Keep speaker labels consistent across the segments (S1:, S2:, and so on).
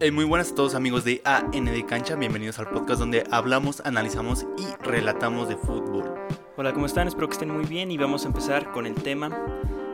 S1: Hey, Eh, muy buenas a todos amigos de AN de Cancha, bienvenidos al podcast donde hablamos, analizamos y relatamos de fútbol.
S2: Hola, ¿cómo están? Espero que estén muy bien y vamos a empezar con el tema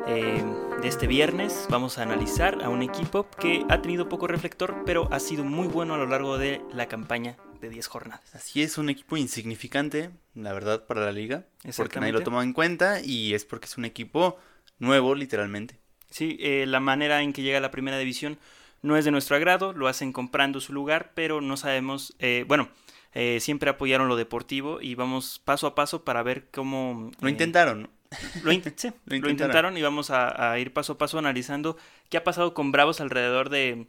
S2: eh, de este viernes. Vamos a analizar a un equipo que ha tenido poco reflector, pero ha sido muy bueno a lo largo de la campaña de 10 jornadas.
S1: Así es, un equipo insignificante, la verdad, para la liga, porque nadie
S2: Exactamente.
S1: lo toma en cuenta y es porque es un equipo nuevo, literalmente.
S2: Sí, eh, la manera en que llega a la primera división no es de nuestro agrado, lo hacen comprando su lugar, pero no sabemos, eh, bueno, eh, siempre apoyaron lo deportivo y vamos paso a paso para ver cómo...
S1: Lo
S2: eh,
S1: intentaron, ¿no?
S2: Lo, int- sí, lo
S1: intentaron.
S2: intentaron. y vamos a, a ir paso a paso analizando qué ha pasado con Bravos alrededor de,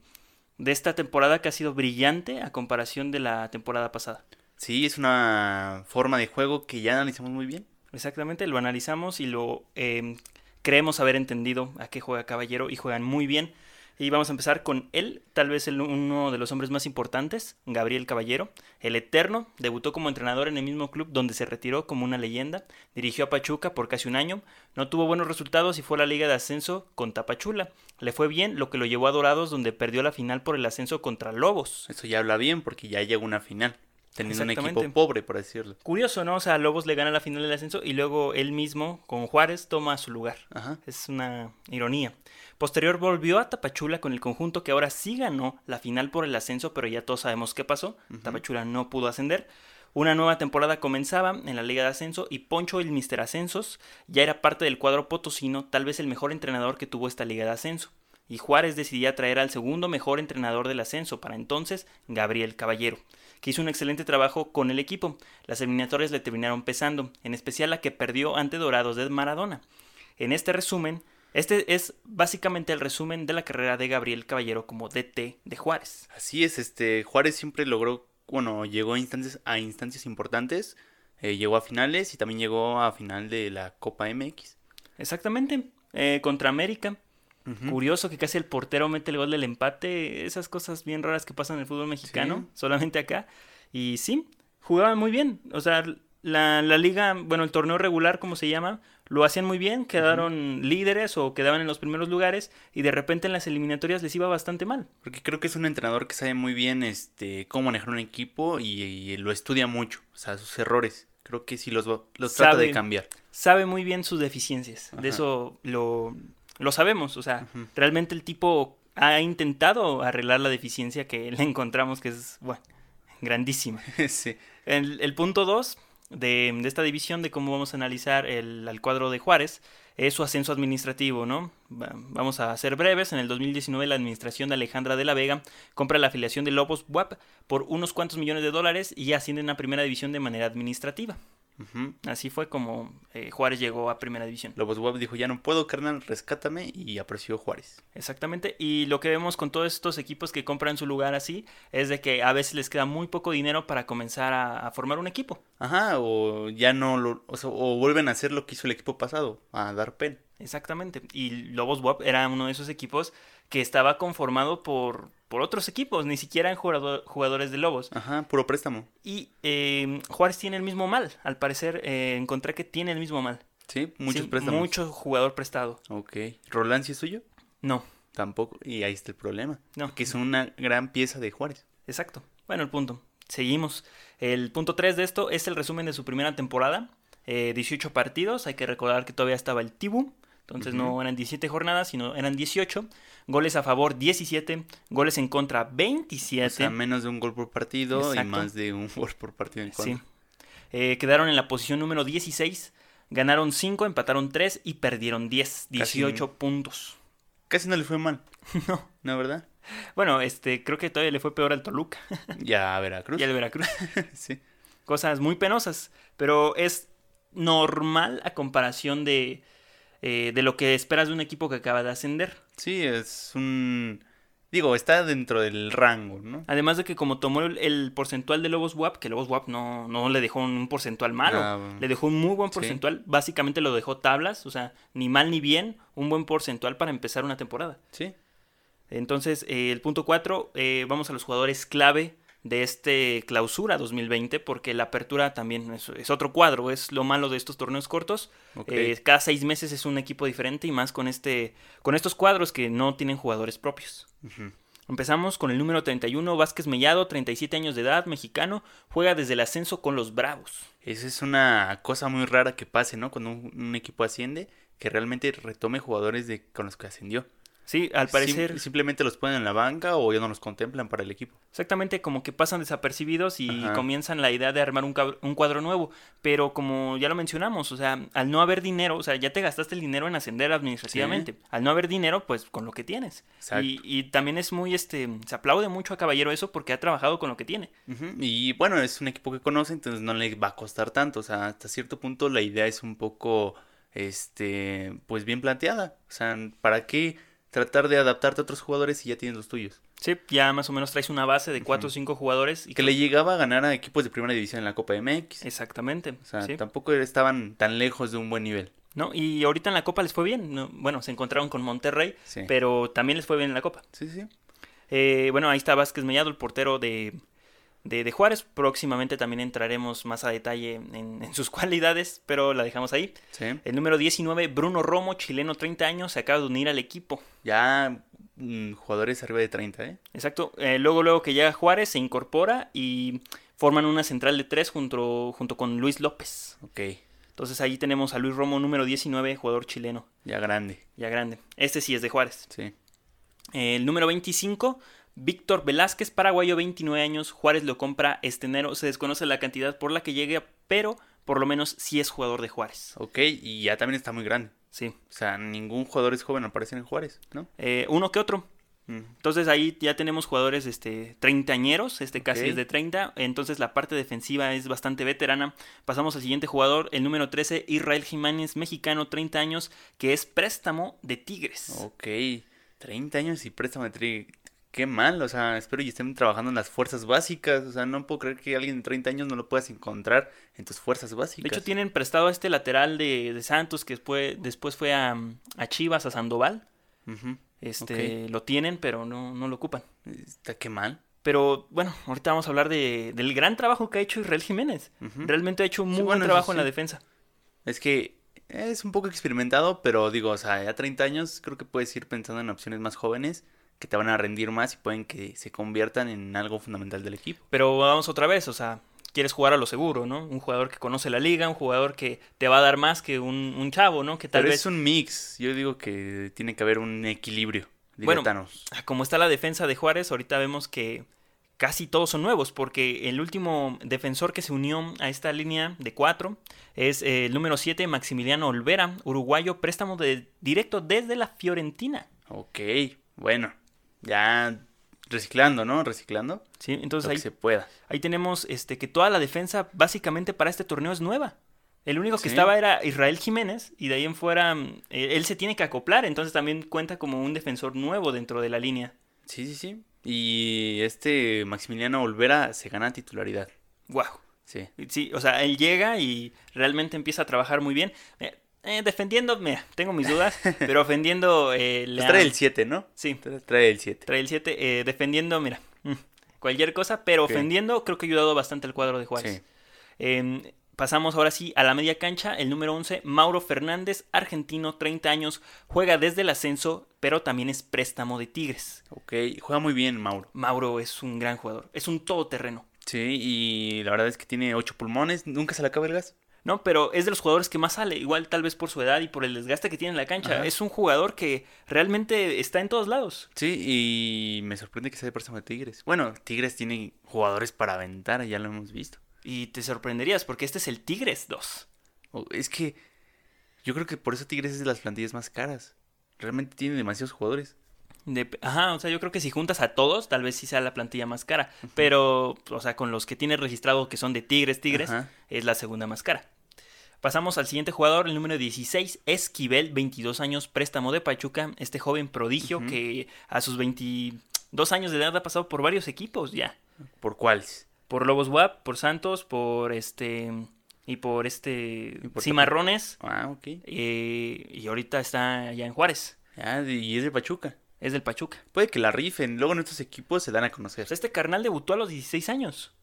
S2: de esta temporada que ha sido brillante a comparación de la temporada pasada.
S1: Sí, es una forma de juego que ya analizamos muy bien.
S2: Exactamente, lo analizamos y lo eh, creemos haber entendido a qué juega Caballero y juegan muy bien. Y vamos a empezar con él, tal vez el- uno de los hombres más importantes, Gabriel Caballero, el eterno, debutó como entrenador en el mismo club donde se retiró como una leyenda, dirigió a Pachuca por casi un año, no tuvo buenos resultados y fue a la Liga de Ascenso con Tapachula. Le fue bien, lo que lo llevó a Dorados donde perdió la final por el ascenso contra Lobos.
S1: Eso ya habla bien porque ya llegó una final, teniendo un equipo
S2: Exactamente.
S1: pobre, por decirlo.
S2: Curioso, ¿no? O sea, Lobos le gana la final del ascenso y luego él mismo, con Juárez, toma su lugar.
S1: Ajá.
S2: Es una ironía. Posterior volvió a Tapachula con el conjunto que ahora sí ganó la final por el ascenso, pero ya todos sabemos qué pasó. Tapachula no pudo ascender. Una nueva temporada comenzaba en la Liga de Ascenso y Poncho el Mister Ascensos ya era parte del cuadro potosino, tal vez el mejor entrenador que tuvo esta Liga de Ascenso. Y Juárez decidía traer al segundo mejor entrenador del ascenso, para entonces Gabriel Caballero, que hizo un excelente trabajo con el equipo. Las eliminatorias le terminaron pesando, en especial la que perdió ante Dorados de Maradona. En este resumen, este es básicamente el resumen de la carrera de Gabriel Caballero como DT de Juárez.
S1: Así es, este Juárez siempre logró, bueno, llegó a instancias, a instancias importantes, eh, llegó a finales y también llegó a final de la Copa MX.
S2: Exactamente, eh, contra América.
S1: Ujú.
S2: Curioso que casi el portero mete el gol del empate, esas cosas bien raras que pasan en el fútbol mexicano, solamente acá. Y sí, jugaban muy bien, o sea, la, la liga, bueno, el torneo regular, como se llama, lo hacían muy bien, quedaron líderes o quedaban en los primeros lugares y de repente en las eliminatorias les iba bastante mal.
S1: Porque creo que es un entrenador que sabe muy bien este cómo manejar un equipo y, y lo estudia mucho, o sea, sus errores. Creo que sí los, va- los trata de
S2: Sabe.
S1: cambiar.
S2: sabe muy bien sus deficiencias.
S1: Ajá.
S2: De eso lo, lo sabemos. O sea,
S1: Ujú.
S2: realmente el tipo ha intentado arreglar la deficiencia que le encontramos, que es, bueno, grandísima.
S1: sí.
S2: El, el punto 2 de, de esta división de cómo vamos a analizar el, al cuadro de Juárez es su ascenso administrativo, ¿no? Va- Vamos a ser breves. En el 2019 la administración de Alejandra de la Vega compra la afiliación de Lobos WAP por unos cuantos millones de dólares y ascienden a primera división de manera administrativa.
S1: Ujú.
S2: Así fue como eh, Juárez llegó a Primera División.
S1: Lobos Wap dijo, ya no puedo, carnal, rescátame y apreció Juárez.
S2: Exactamente. Y lo que vemos con todos estos equipos que compran su lugar así es de que a veces les queda muy poco dinero para comenzar a, a formar un equipo.
S1: Ajá, o ya no lo, o, sea, o vuelven a hacer lo que hizo el equipo pasado, a dar pena.
S2: Exactamente. Y Lobos WAP era uno de esos equipos que estaba conformado por, por otros equipos, ni siquiera en jugado- jugadores de Lobos.
S1: Ajá, puro préstamo.
S2: Y eh, Juárez tiene el mismo mal. Al parecer eh, encontré que tiene el mismo mal.
S1: Sí, muchos
S2: Sí,
S1: préstamos.
S2: Mucho jugador prestado.
S1: Ok. ¿Roland sí es suyo?
S2: No,
S1: Tampoco. Y ahí está el problema.
S2: no.
S1: Que es una gran pieza de Juárez.
S2: Exacto. Bueno, el punto. Seguimos. El punto 3 de esto es el resumen de su primera temporada. Eh, 18 partidos. Hay que recordar que todavía estaba el Tibu. Entonces no eran 17 jornadas, sino eran 18. Goles a favor 17. Goles en contra 27.
S1: O sea, menos de un gol por partido y
S2: Exacto.
S1: más de un gol por partido en
S2: Sí.
S1: contra.
S2: Eh, quedaron en la posición número 16. Ganaron 5, empataron 3 y perdieron 10.
S1: Casi
S2: 18 puntos.
S1: Casi no le fue mal. No. ¿No, verdad?
S2: Bueno, este creo que todavía le fue peor al Toluca
S1: Ya a Veracruz.
S2: y al Veracruz.
S1: Sí.
S2: cosas muy penosas, pero es normal a comparación de, eh, de lo que esperas de un equipo que acaba de ascender.
S1: Sí, es un... Digo, está dentro del rango, ¿no?
S2: Además de que como tomó el, el porcentual de Lobos WAP, que Lobos WAP no, no le dejó un porcentual malo,
S1: Ah, bueno.
S2: le dejó un muy buen
S1: Sí.
S2: porcentual, básicamente lo dejó tablas, o sea, ni mal ni bien, un buen porcentual para empezar una temporada.
S1: Sí.
S2: Entonces, eh, el punto 4, vamos a los jugadores clave de este clausura 2020, porque la apertura también es, es otro cuadro, es lo malo de estos torneos cortos.
S1: Ok.
S2: Eh, cada seis meses es un equipo diferente y más con, este, con estos cuadros que no tienen jugadores propios.
S1: Ujú.
S2: Empezamos con el número 31, Vázquez Mellado, 37 años de edad, mexicano, juega desde el ascenso con los Bravos.
S1: Esa es una cosa muy rara que pase, ¿no? Cuando un, un equipo asciende, que realmente retome jugadores de, con los que ascendió.
S2: Sí, al parecer,
S1: Sim- simplemente los ponen en la banca o ya no los contemplan para el equipo.
S2: exactamente como que pasan desapercibidos y
S1: Ajá.
S2: comienzan la idea de armar un, cab- un cuadro nuevo. Pero como ya lo mencionamos, o sea, al no haber dinero, o sea, ya te gastaste el dinero en ascender administrativamente. Al no haber dinero, pues con lo que tienes.
S1: Exacto.
S2: Y, y también es muy, este, se aplaude mucho a Caballero eso porque ha trabajado con lo que tiene.
S1: Ujú, Y bueno, es un equipo que conoce, entonces no le va a costar tanto. O sea, hasta cierto punto la idea es un poco, este, pues bien planteada. O sea, ¿para qué tratar de adaptarte a otros jugadores si ya tienes los tuyos?
S2: Sí, ya más o menos traes una base de cuatro o cinco jugadores. Y
S1: Y que le llegaba a ganar a equipos de primera división en la Copa MX.
S2: Exactamente.
S1: O sea,
S2: sí.
S1: tampoco estaban tan lejos de un buen nivel.
S2: ¿No? Y ahorita en la Copa les fue bien. ¿no? Bueno, se encontraron con Monterrey,
S1: Sí.
S2: pero también les fue bien en la Copa.
S1: Sí, sí.
S2: Eh, bueno, ahí está Vázquez Mellado, el portero de, de, de Juárez. Próximamente también entraremos más a detalle en, en sus cualidades, pero la dejamos ahí.
S1: Sí.
S2: El número 19, Bruno Romo, chileno, 30 años, se acaba de unir al equipo.
S1: Ya mm, jugadores arriba de 30, ¿eh?
S2: Exacto. Eh, luego, luego que llega Juárez, se incorpora y forman una central de tres junto, junto con Luis López.
S1: Ok.
S2: Entonces ahí tenemos a Luis Romo, número 19, jugador chileno,
S1: Ya grande.
S2: ya grande. Este sí es de Juárez.
S1: Sí.
S2: El número 25, Víctor Velázquez, paraguayo, 29 años. Juárez lo compra este enero. Se desconoce la cantidad por la que llegue, pero por lo menos sí es jugador de Juárez.
S1: Ok, y ya también está muy grande.
S2: Sí.
S1: O sea, ningún jugador es joven, aparece en Juárez, ¿no?
S2: Eh, uno que otro.
S1: Mm.
S2: Entonces ahí ya tenemos jugadores este, treintañeros, este casi
S1: Ok.
S2: es de 30, entonces la parte defensiva es bastante veterana. Pasamos al siguiente jugador, el número 13, Israel Jiménez, mexicano, 30 años, que es préstamo de Tigres.
S1: Ok, 30 años y préstamo de tri- Qué mal, o sea, espero y estén trabajando en las fuerzas básicas. O sea, no puedo creer que alguien de 30 años no lo puedas encontrar en tus fuerzas
S2: De
S1: básicas.
S2: hecho, tienen prestado a este lateral de, de Santos, que después, después fue a, a Chivas, a Sandoval.
S1: Ujú.
S2: Este,
S1: Ok.
S2: Lo tienen, pero no, no lo ocupan.
S1: Está qué mal.
S2: Pero bueno, ahorita vamos a hablar de- del gran trabajo que ha hecho Israel Jiménez.
S1: Ujú.
S2: Realmente ha hecho muy buen
S1: bueno, eso
S2: trabajo en la
S1: sí.
S2: defensa.
S1: Es que es un poco experimentado, pero digo, o sea, ya 30 años creo que puedes ir pensando en opciones más jóvenes que te van a rendir más y pueden que se conviertan en algo fundamental del equipo.
S2: Pero vamos otra vez, o sea, quieres jugar a lo seguro, ¿no? Un jugador que conoce la liga, un jugador que te va a dar más que un, un chavo, ¿no? Que tal
S1: Pero
S2: vez,
S1: es un mix. Yo digo que tiene que haber un equilibrio. diría
S2: Bueno,
S1: Thanos.
S2: Ah, como está la defensa de Juárez, ahorita vemos que casi todos son nuevos, porque el último defensor que se unió a esta línea de cuatro es eh, el número 7, Maximiliano Olvera, uruguayo, préstamo de, directo desde la Fiorentina.
S1: Ok, bueno, ya reciclando, ¿no? Reciclando
S2: ¿sí?
S1: lo
S2: Entonces
S1: que
S2: ahí
S1: se pueda.
S2: Ahí tenemos este, que toda la defensa básicamente para este torneo es nueva. El único que
S1: Sí.
S2: estaba era Israel Jiménez y de ahí en fuera mm, eh, él se tiene que acoplar, entonces también cuenta como un defensor nuevo dentro de la línea.
S1: Sí, sí, sí. Y este Maximiliano Olvera se gana titularidad.
S2: Wow.
S1: Sí.
S2: Sí, o sea, él llega y realmente empieza a trabajar muy bien. Eh, eh, defendiendo, mira, tengo mis dudas, pero ofendiendo eh,
S1: Pues
S2: la-
S1: trae el 7, ¿no?
S2: Sí,
S1: Tra- Trae el 7.
S2: trae el 7, eh, defendiendo, mira, mm, cualquier cosa, pero
S1: Ok.
S2: ofendiendo creo que ha ayudado bastante al cuadro de Juárez.
S1: Sí.
S2: Eh, pasamos ahora sí a la media cancha, el número 11, Mauro Fernández, argentino, 30 años, juega desde el ascenso, pero también es préstamo de Tigres.
S1: Ok, juega muy bien Mauro.
S2: Mauro es un gran jugador, es un todoterreno,
S1: Sí, y la verdad es que tiene 8 pulmones, nunca se le acaba el gas.
S2: ¿no? Pero es de los jugadores que más sale, igual tal vez por su edad y por el desgaste que tiene en la cancha.
S1: Ajá.
S2: Es un jugador que realmente está en todos lados.
S1: Sí, y me sorprende que sea de persona de Tigres. Bueno, Tigres tiene jugadores para aventar, ya lo hemos visto.
S2: Y te sorprenderías, porque este es el Tigres 2.
S1: O- Es que yo creo que por eso Tigres es de las plantillas más caras. Realmente tiene demasiados jugadores.
S2: Dep- Ajá, o sea, yo creo que si juntas a todos, tal vez sí sea la plantilla más cara. Pero, o sea, con los que tienes registrado que son de Tigres, Tigres,
S1: Ajá.
S2: es la segunda más cara. Pasamos al siguiente jugador, el número 16, Esquivel, 22 años, préstamo de Pachuca. Este joven prodigio
S1: Ujú.
S2: que a sus 22 años de edad ha pasado por varios equipos ya.
S1: ¿Por cuáles?
S2: Por Lobos WAP, por Santos, por este... Y por este...
S1: Y por
S2: Cimarrones.
S1: Ah, ok.
S2: eh, y ahorita está allá en Juárez.
S1: Ah, de- y es de Pachuca.
S2: Es del Pachuca.
S1: Puede que la rifen, luego en estos equipos se dan a conocer.
S2: O sea, este carnal debutó a los 16 años.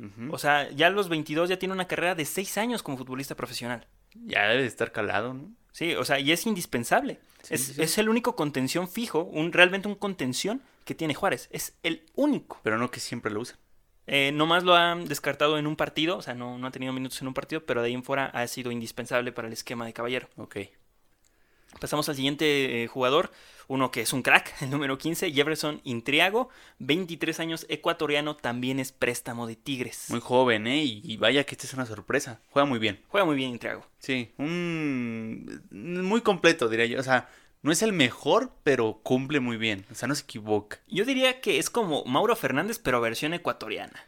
S1: Ujú.
S2: O sea, ya a los 22 ya tiene una carrera de 6 años como futbolista profesional.
S1: ya debe de estar calado, ¿no?
S2: Sí, o sea, y es indispensable.
S1: Sí,
S2: es,
S1: sí, sí.
S2: es el único contención fijo, un, realmente un contención que tiene Juárez. Es el único.
S1: Pero no que siempre lo usan.
S2: Eh, nomás lo han descartado en un partido, o sea, no, no ha tenido minutos en un partido, pero de ahí en fuera ha sido indispensable para el esquema de Caballero.
S1: Ok.
S2: Pasamos al siguiente eh, jugador, uno que es un crack, el número 15, Jefferson Intriago, 23 años, ecuatoriano, también es préstamo de Tigres.
S1: Muy joven, ¿eh? Y y vaya que esta es una sorpresa. Juega muy bien.
S2: Juega muy bien Intriago.
S1: Sí, un... Muy completo, diría yo. O sea, no es el mejor, pero cumple muy bien. O sea, no se equivoca.
S2: Yo diría que es como Mauro Fernández, pero versión ecuatoriana.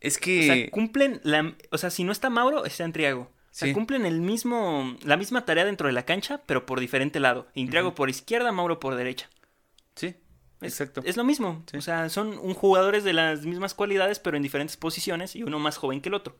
S1: Es
S2: O
S1: que...
S2: sea, cumplen la... O sea, si no está Mauro, está Intriago. O sea,
S1: Sí.
S2: cumplen el mismo, la misma tarea dentro de la cancha, pero por diferente lado. Intriago
S1: Ujú.
S2: por izquierda, Mauro por derecha.
S1: Sí,
S2: Es-
S1: exacto.
S2: Es lo mismo.
S1: Sí.
S2: O sea, son un jugadores de las mismas cualidades, pero en diferentes posiciones y uno más joven que el otro.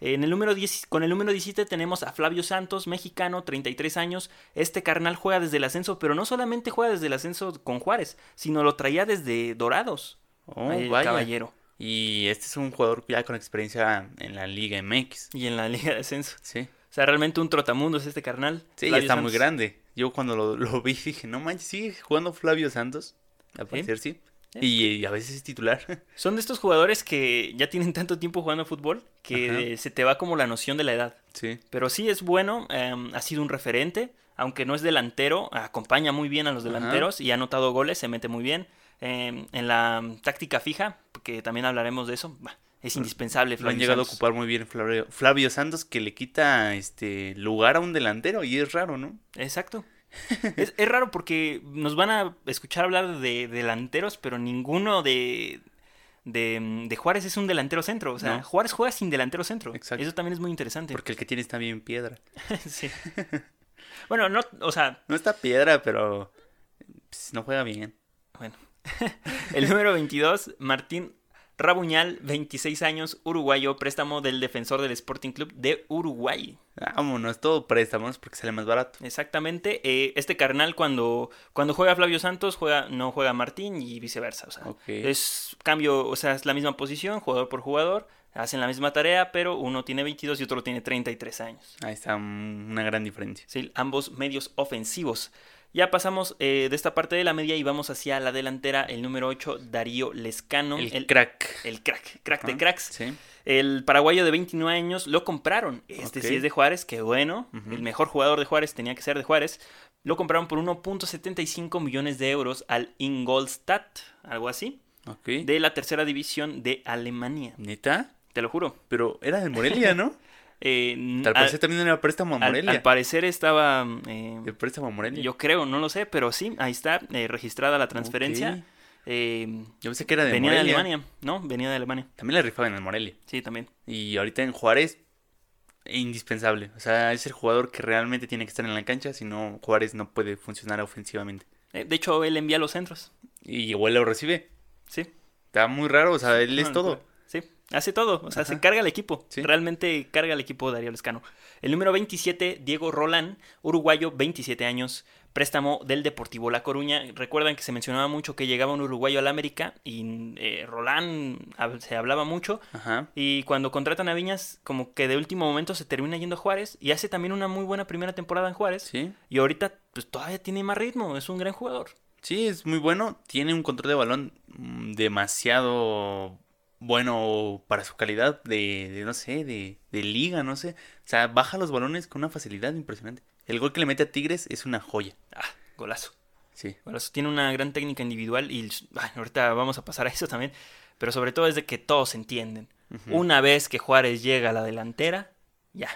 S2: En el número 10 con el número 17 tenemos a Flavio Santos, mexicano, 33 años. Este carnal juega desde el ascenso, pero no solamente juega desde el ascenso con Juárez, sino lo traía desde Dorados.
S1: Oh,
S2: el
S1: vaya.
S2: caballero.
S1: Y este es un jugador ya con experiencia en la Liga MX.
S2: Y en la liga de ascenso.
S1: Sí.
S2: O sea, realmente un trotamundo es este carnal.
S1: Sí,
S2: Flavio
S1: está
S2: Santos.
S1: muy grande. Yo cuando lo, lo vi dije, no manches, sigue jugando Flavio Santos. A parecer sí.
S2: Sí.
S1: Y, y a veces es titular.
S2: Son de estos jugadores que ya tienen tanto tiempo jugando fútbol
S1: Ajá.
S2: que eh, se te va como la noción de la edad.
S1: sí.
S2: Pero sí es bueno, em, ha sido un referente, aunque no es delantero, acompaña muy bien a los
S1: Ajá.
S2: delanteros y ha anotado goles, se mete muy bien. Em, en la mm, táctica fija, que también hablaremos de eso, bah, es indispensable.
S1: Lo han
S2: Flavio
S1: llegado
S2: Santos.
S1: a ocupar muy bien Flavio, Flavio Santos, que le quita este lugar a un delantero. Y es raro, ¿no?
S2: Exacto. es, es raro porque nos van a escuchar hablar de delanteros, pero ninguno de, de, mm, de Juárez es un delantero centro. O sea,
S1: No.
S2: Juárez juega sin delantero centro.
S1: Exacto.
S2: Eso también es muy interesante.
S1: Porque el que tiene está bien piedra.
S2: Sí. bueno, no, o sea,
S1: No está piedra, pero pues, no juega bien.
S2: Bueno. El número 22, Martín Rabuñal, 26 años, uruguayo, préstamo del defensor del Sporting Club de Uruguay.
S1: Vámonos, todo préstamos porque sale más barato.
S2: Exactamente. eh, este carnal cuando, cuando juega Flavio Santos, juega, no juega Martín y viceversa. O sea,
S1: Ok.
S2: es cambio, o sea, es la misma posición, jugador por jugador, hacen la misma tarea, pero uno tiene 22 y otro tiene 33 años.
S1: Ahí está mm, una gran diferencia.
S2: Sí, ambos medios ofensivos. Ya pasamos eh, de esta parte de la media y vamos hacia la delantera, el número 8, Darío Lescano.
S1: El, crack.
S2: El crack, crack de
S1: Ajá,
S2: cracks.
S1: Sí.
S2: El paraguayo de 29 años lo compraron. Este sí
S1: Ok.
S2: es de Juárez, que bueno.
S1: Ujú.
S2: El mejor jugador de Juárez tenía que ser de Juárez. Lo compraron por 1.75 millones de euros al Ingolstadt, algo así,
S1: Ok.
S2: de la tercera división de Alemania.
S1: ¿Neta?
S2: Te lo juro.
S1: Pero era de Morelia, ¿no?
S2: Eh, n-
S1: Tal
S2: al-
S1: parecer también era préstamo a
S2: al-
S1: Morelia.
S2: al parecer estaba. eh,
S1: De préstamo a Morelia.
S2: yo creo, no lo sé, pero sí, ahí está eh, registrada la transferencia.
S1: Ok.
S2: Eh,
S1: Yo pensé que era de
S2: venía de
S1: Morelia.
S2: Alemania, ¿no? Venía de Alemania.
S1: También la rifaban en Morelia.
S2: Sí, también.
S1: Y ahorita en Juárez, indispensable. O sea, es el jugador que realmente tiene que estar en la cancha, si no, Juárez no puede funcionar ofensivamente.
S2: Eh, de hecho, él envía los centros.
S1: Y igual lo recibe.
S2: Sí.
S1: Está muy raro, o sea, él
S2: Una
S1: es todo.
S2: locura. Sí, hace todo. O sea, se
S1: Ajá.
S2: carga el equipo.
S1: Sí.
S2: Realmente carga el equipo Darío Lescano. El número 27, Diego Rolán, uruguayo, 27 años, préstamo del Deportivo La Coruña. Recuerdan que se mencionaba mucho que llegaba un uruguayo al América y eh, Rolán hab- se hablaba mucho.
S1: Ajá.
S2: Y cuando contratan a Viñas, como que de último momento se termina yendo a Juárez y hace también una muy buena primera temporada en Juárez.
S1: Sí.
S2: Y ahorita, pues todavía tiene más ritmo, es un gran jugador.
S1: Sí, es muy bueno. Tiene un control de balón mm, demasiado bueno para su calidad de, de, no sé, de, de liga, no sé. O sea, baja los balones con una facilidad impresionante. El gol que le mete a Tigres es una joya.
S2: Ah, golazo.
S1: Sí.
S2: Bueno, eso tiene una gran técnica individual y ay, ahorita vamos a pasar a eso también. Pero sobre todo es de que todos se entienden.
S1: Ujú.
S2: Una vez que Juárez llega a la delantera, ya.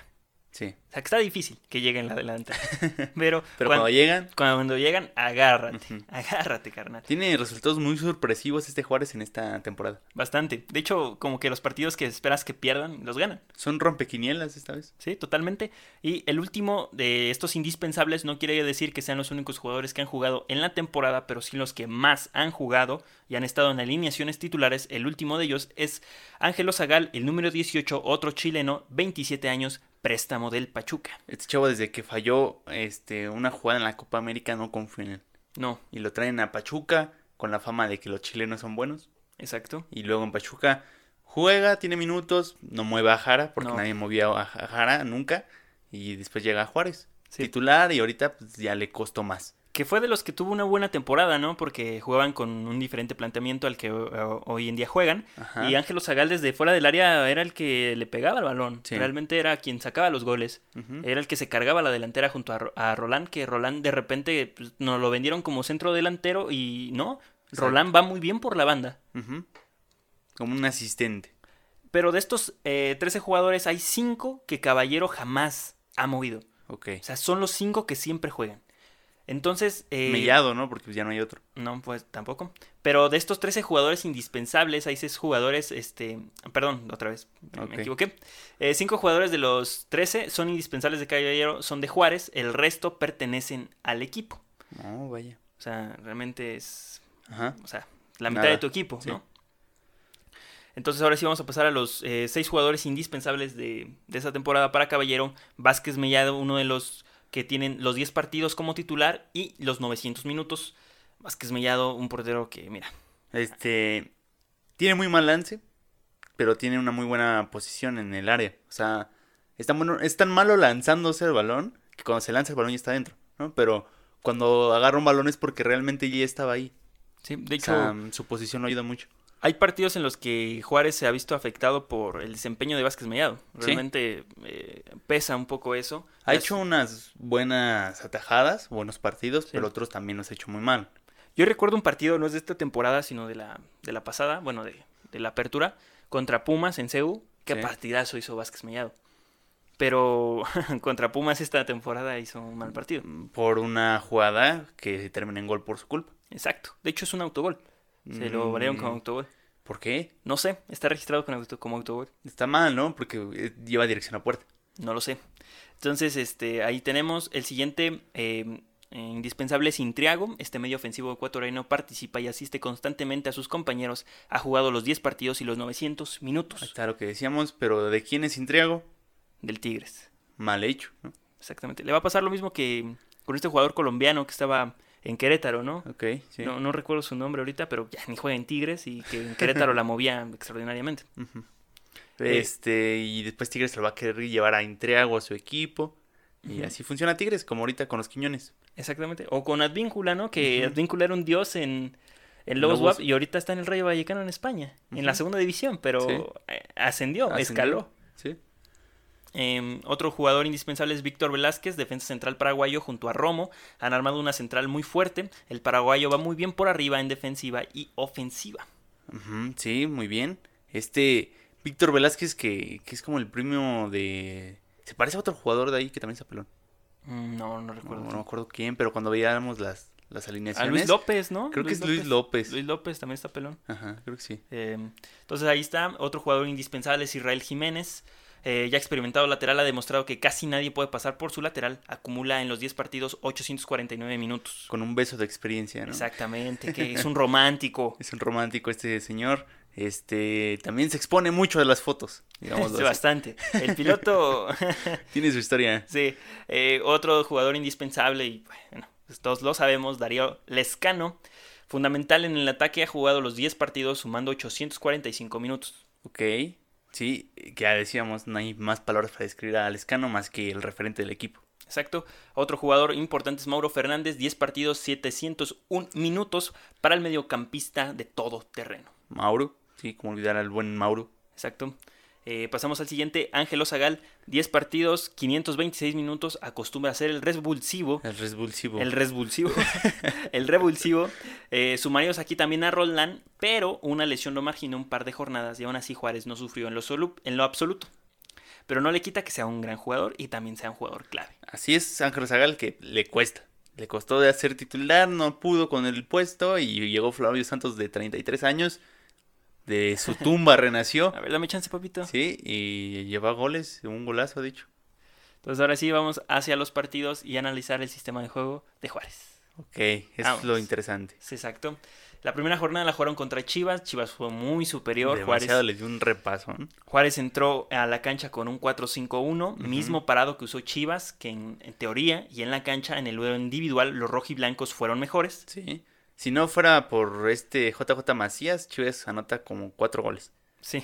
S1: Sí.
S2: O sea, que está difícil que lleguen a la delantera. Pero,
S1: Pero
S2: cuan-
S1: cuando llegan,
S2: cuando llegan, agárrate.
S1: Ujú.
S2: Agárrate, carnal.
S1: tiene resultados muy sorpresivos este Juárez en esta temporada.
S2: Bastante. De hecho, como que los partidos que esperas que pierdan, los ganan.
S1: Son rompequinielas esta vez.
S2: Sí, totalmente. Y el último de estos indispensables no quiere decir que sean los únicos jugadores que han jugado en la temporada, pero sí los que más han jugado y han estado en alineaciones titulares. El último de ellos es Ángelo Zagal, el número 18, otro chileno, 27 años, préstamo del Pachuca.
S1: Este chavo desde que falló este, una jugada en la Copa América no confía en él.
S2: No,
S1: Y lo traen a Pachuca con la fama de que los chilenos son buenos.
S2: exacto.
S1: Y luego en Pachuca juega, tiene minutos, no mueve a Jara, porque
S2: No.
S1: nadie movía a Ja- a Jara nunca. Y después llega a Juárez.
S2: Sí.
S1: titular y ahorita pues, ya le costó más.
S2: Que fue de los que tuvo una buena temporada, ¿no? Porque jugaban con un diferente planteamiento al que eh, hoy en día juegan.
S1: Ajá.
S2: Y Ángel Zagal desde fuera del área era el que le pegaba el balón.
S1: Sí.
S2: Realmente era quien sacaba los goles.
S1: Ujú.
S2: Era el que se cargaba la delantera junto a, Ro- a Roland, que Roland de repente pues, nos lo vendieron como centro delantero y no,
S1: Exacto.
S2: Roland va muy bien por la banda.
S1: Ujú. Como un asistente.
S2: Pero de estos eh, 13 jugadores hay 5 que Caballero jamás ha movido.
S1: Ok.
S2: O sea, son los 5 que siempre juegan. Entonces... eh,
S1: Mellado, ¿no? Porque pues, ya no hay otro.
S2: No, pues tampoco. Pero de estos 13 jugadores indispensables, hay 6 jugadores, este, perdón, otra vez, me-
S1: Ok.
S2: me equivoqué. 5 jugadores de los 13 son indispensables de Caballero, son de Juárez, el resto pertenecen al equipo.
S1: No, vaya.
S2: O sea, realmente es,
S1: Ajá.
S2: o sea, la mitad
S1: Ah. Nada,
S2: de tu equipo,
S1: sí.
S2: ¿no? Entonces ahora sí vamos a pasar a los 6 jugadores indispensables de, de esa temporada para Caballero. Vázquez Mellado, uno de los que tienen los 10 partidos como titular y los 900 minutos. Vázquez Mellado, un portero que, mira,
S1: Este. Tiene muy mal lance, pero tiene una muy buena posición en el área. O sea, es tan, bueno- es tan malo lanzándose el balón que cuando se lanza el balón ya está dentro, ¿no? Pero cuando agarra un balón es porque realmente ya estaba ahí.
S2: Sí,
S1: O
S2: de hecho,
S1: sea, mm, su posición lo ayuda mucho.
S2: hay partidos en los que Juárez se ha visto afectado por el desempeño de Vázquez Mellado. Realmente eh, pesa un poco eso.
S1: Ha
S2: Las-
S1: hecho unas buenas atajadas, buenos partidos, pero otros también los ha hecho muy mal.
S2: Yo recuerdo un partido, no es de esta temporada, sino de la, de la pasada, bueno, de, de la apertura, contra Pumas en CEU. Qué
S1: Sí.
S2: partidazo hizo Vázquez Mellado. Pero contra Pumas esta temporada hizo un mal partido.
S1: Por una jugada que termina en gol por su culpa.
S2: Exacto. De hecho, es un autogol. Se lo
S1: Mm.
S2: valieron con autogol.
S1: ¿Por qué?
S2: No sé, está registrado con auto- como autogol.
S1: Está mal, ¿no? Porque eh, lleva dirección a puerta.
S2: No lo sé. Entonces, este, ahí tenemos el siguiente eh, eh, indispensable Sintriago. Este medio ofensivo ecuatoriano participa y asiste constantemente a sus compañeros. Ha jugado los 10 partidos y los 900
S1: Ahí
S2: minutos
S1: está lo que decíamos, pero ¿de quién es Intriago?
S2: del Tigres.
S1: Mal hecho, ¿no?
S2: Exactamente. Le va a pasar lo mismo que con este jugador colombiano que estaba en Querétaro, ¿no?
S1: Ok, sí.
S2: No, no recuerdo su nombre ahorita, pero ya ni juega en Tigres y que en Querétaro la movía extraordinariamente.
S1: Ujú.
S2: Eh,
S1: Este, y después Tigres lo va a querer llevar a Intriago a su equipo. Y
S2: Ujú.
S1: así funciona Tigres, como ahorita con los Quiñones.
S2: Exactamente. O con Advíncula, ¿no? Que
S1: Ujú.
S2: Advíncula era un dios en, en Lobos
S1: Lobos.
S2: WAP y ahorita está en el Rayo Vallecano en España, en la
S1: Ujú.
S2: segunda división, pero
S1: Sí.
S2: eh, ascendió, escaló.
S1: Sí.
S2: Eh, otro jugador indispensable es Víctor Velázquez, defensa central paraguayo junto a Romo. Han armado una central muy fuerte. El paraguayo va muy bien por arriba en defensiva y ofensiva.
S1: Ujú, sí, muy bien. Este Víctor Velázquez, que, que es como el premio de. Se parece a otro jugador de ahí que también es pelón
S2: Mm, No, no
S1: No,
S2: recuerdo.
S1: no me acuerdo quién, pero cuando veíamos las, las
S2: A
S1: alineaciones.
S2: Ah, Luis López, ¿no?
S1: Creo que es Luis López.
S2: Luis López también está pelón.
S1: Ajá, creo que sí.
S2: Eh, entonces ahí está, otro jugador indispensable es Israel Jiménez. Eh, ya experimentado lateral, ha demostrado que casi nadie puede pasar por su lateral. Acumula en los 10 partidos 849 minutos.
S1: Con un beso de experiencia, ¿no?
S2: Exactamente, que es un romántico.
S1: Es un romántico este señor. Este también se expone mucho de las fotos, digámoslo así.
S2: Sí, Este, bastante. El piloto,
S1: Tiene su historia.
S2: sí, eh, otro jugador indispensable y bueno, pues todos lo sabemos, Darío Lescano. Fundamental en el ataque, ha jugado los 10 partidos sumando 845 minutos.
S1: Ok. Sí, que ya decíamos, no hay más palabras para describir a Lescano más que el referente del equipo.
S2: Exacto. Otro jugador importante es Mauro Fernández, 10 partidos, 701 minutos para el mediocampista de todo terreno.
S1: Mauro, sí, como olvidar al buen Mauro.
S2: Exacto. Eh, pasamos al siguiente, Ángel Zagal, 10 partidos, 526 minutos, acostumbra a ser el revulsivo.
S1: El resbulsivo.
S2: El revulsivo. el revulsivo. Eh, sumarios aquí también a Roland, pero una lesión lo marginó un par de jornadas y aún así Juárez no sufrió en lo, solu- en lo absoluto. Pero no le quita que sea un gran jugador y también sea un jugador clave.
S1: Así es Ángel Zagal que le cuesta. Le costó de hacer titular, no pudo con el puesto y llegó Flavio Santos de 33 años. De su tumba renació.
S2: A ver, dame chance, papito.
S1: Sí, y lleva goles, un golazo, ha dicho.
S2: Entonces ahora sí vamos hacia los partidos y analizar el sistema de juego de Juárez.
S1: Ok, es
S2: Vamos.
S1: lo interesante.
S2: Sí, exacto. La primera jornada la jugaron contra Chivas. Chivas fue muy superior. Juárez,
S1: Demasiado le dio un repasón.
S2: Juárez entró a la cancha con un 4-5-1,
S1: Ujú.
S2: mismo parado que usó Chivas, que en, en teoría y en la cancha, en el duelo individual, los rojiblancos fueron mejores.
S1: Sí. Si no fuera por este JJ Macías, Chivas anota como cuatro goles.
S2: Sí,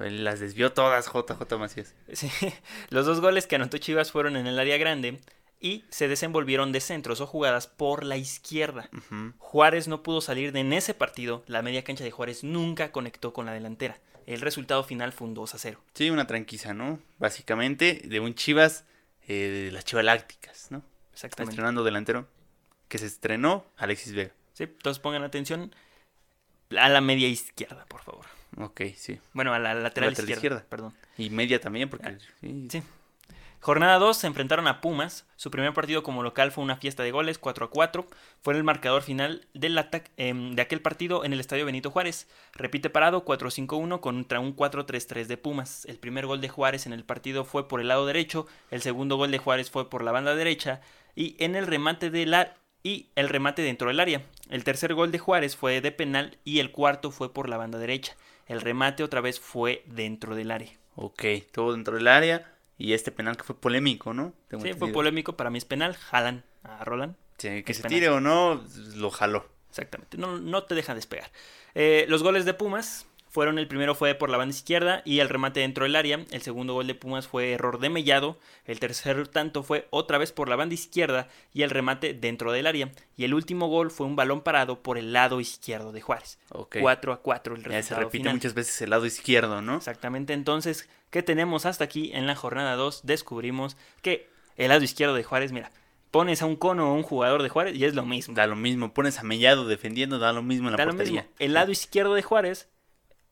S1: Él Las desvió todas JJ Macías.
S2: sí. Los dos goles que anotó Chivas fueron en el área grande y se desenvolvieron de centros o jugadas por la izquierda.
S1: Ujú.
S2: Juárez no pudo salir de en ese partido, la media cancha de Juárez nunca conectó con la delantera. El resultado final fue un 2 a 0.
S1: Sí, una tranquiza, ¿no? Básicamente de un Chivas eh, de las Chivalácticas, ¿no?
S2: Exactamente.
S1: Estrenando delantero que se estrenó Alexis Vega.
S2: Sí, entonces pongan atención a la media izquierda, por favor.
S1: Ok, sí.
S2: Bueno, a la lateral,
S1: Lateral
S2: izquierda,
S1: izquierda.
S2: Perdón.
S1: Y media también porque
S2: Ah,
S1: sí.
S2: sí. Jornada 2 se enfrentaron a Pumas. Su primer partido como local fue una fiesta de goles, 4 a 4. Fue el marcador final del ataque de aquel partido en el Estadio Benito Juárez. Repite parado 4-5-1 contra un 4-3-3 de Pumas. El primer gol de Juárez en el partido fue por el lado derecho, el segundo gol de Juárez fue por la banda derecha y en el remate de la y el remate dentro del área. El tercer gol de Juárez fue de penal y el cuarto fue por la banda derecha. El remate otra vez fue dentro del área.
S1: Ok, todo dentro del área y este penal que fue polémico, ¿no? Tengo
S2: Sí, fue
S1: entendido.
S2: polémico, para mí es penal, jalan a Roland.
S1: Sí, que
S2: es
S1: se
S2: penal.
S1: tire o no, lo jaló.
S2: Exactamente, no, no te deja despegar. Eh, los goles de Pumas fueron, el primero fue por la banda izquierda y el remate dentro del área, el segundo gol de Pumas fue error de Mellado, el tercer tanto fue otra vez por la banda izquierda y el remate dentro del área, y el último gol fue un balón parado por el lado izquierdo de Juárez.
S1: Ok.
S2: 4 a 4 el resultado
S1: Ya se repite
S2: final.
S1: muchas veces el lado izquierdo, ¿no?
S2: Exactamente, entonces, ¿qué tenemos hasta aquí en la jornada 2? Descubrimos que el lado izquierdo de Juárez, mira, pones a un cono o a un jugador de Juárez y es lo mismo.
S1: Da lo mismo, pones a Mellado defendiendo, da lo mismo en la
S2: Da lo
S1: portería.
S2: mismo. El lado izquierdo de Juárez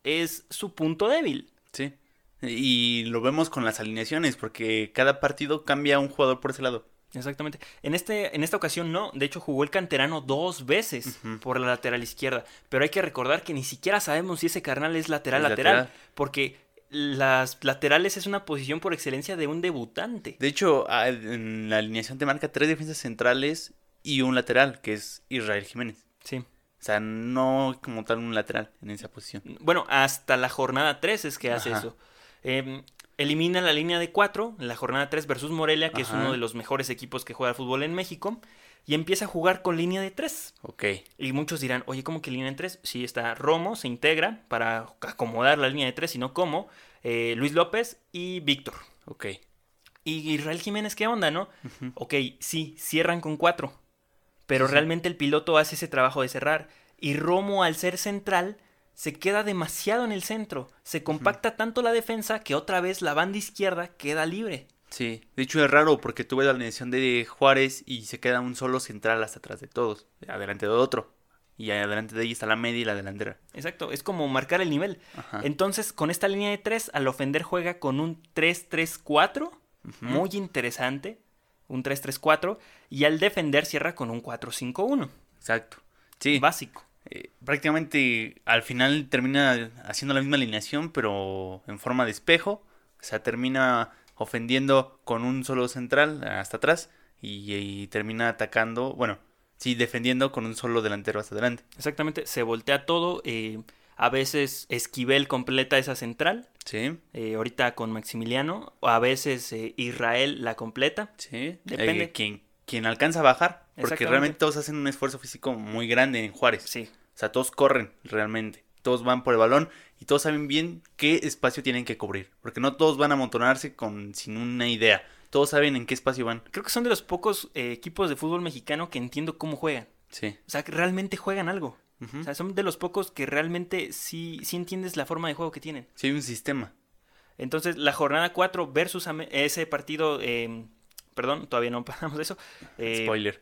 S2: es su punto débil.
S1: Sí. Y lo vemos con las alineaciones, porque cada partido cambia un jugador por ese lado.
S2: Exactamente. En, este, en esta ocasión no, de hecho jugó el canterano dos veces
S1: Ujú.
S2: por la lateral izquierda, pero hay que recordar que ni siquiera sabemos si ese carnal es lateral
S1: Es
S2: lateral,
S1: lateral.
S2: porque las laterales es una posición por excelencia de un debutante.
S1: De hecho, a- en la alineación te marca tres defensas centrales y un lateral, que es Israel Jiménez.
S2: Sí.
S1: O sea, no como tal un lateral en esa posición.
S2: Bueno, hasta la jornada 3 es que hace
S1: Ajá.
S2: eso. Eh, elimina la línea de 4 en la jornada 3 versus Morelia, que es
S1: Ajá.
S2: uno de los mejores equipos que juega al fútbol en México, y empieza a jugar con línea de 3.
S1: Ok.
S2: Y muchos dirán, oye, ¿cómo que línea de 3? Sí, está Romo, se integra para acomodar la línea de 3, sino como eh, Luis López y Víctor.
S1: Ok.
S2: Y Israel Jiménez, ¿qué onda, no?
S1: Ujú.
S2: Ok, sí, cierran con cuatro. Pero
S1: Sí, sí.
S2: realmente el piloto hace ese trabajo de cerrar. Y Romo, al ser central, se queda demasiado en el centro. Se compacta tanto la defensa que otra vez la banda izquierda queda libre.
S1: Sí. De hecho, es raro porque tú ves la alineación de Juárez y se queda un solo central hasta atrás de todos. Adelante de otro. Y adelante de ahí está la media y la delantera.
S2: Exacto, es como marcar el nivel.
S1: Ajá.
S2: Entonces, con esta línea de tres, al ofender juega con un 3-3-4.
S1: Ujú.
S2: Muy interesante. Un 3-3-4. Y al defender cierra con un 4-5-1.
S1: Exacto. Sí.
S2: Básico.
S1: eh, prácticamente al final termina haciendo la misma alineación, pero en forma de espejo. O sea, termina ofendiendo con un solo central hasta atrás y, y termina atacando, bueno, sí, defendiendo con un solo delantero hasta adelante.
S2: Exactamente, se voltea todo. eh, a veces Esquivel completa esa central,
S1: Sí,
S2: eh, ahorita con Maximiliano. o A veces eh, Israel la completa.
S1: sí. Eh,
S2: Depende.
S1: quien, quien alcanza a bajar, porque
S2: Exactamente.
S1: realmente todos hacen un esfuerzo físico muy grande en Juárez.
S2: Sí,
S1: O sea, todos corren realmente. Todos van por el balón y todos saben bien qué espacio tienen que cubrir. Porque no todos van a amontonarse con, sin una idea. Todos saben en qué espacio van.
S2: creo que son de los pocos eh, equipos de fútbol mexicano que entiendo cómo juegan.
S1: Sí.
S2: O sea, que realmente juegan algo. O
S1: Mm.
S2: sea, son de los pocos que realmente sí, sí entiendes la forma de juego que tienen.
S1: Sí, hay un sistema.
S2: Entonces, la jornada 4 versus Ame- ese partido. eh, perdón, todavía no pasamos de eso. eh,
S1: Spoiler.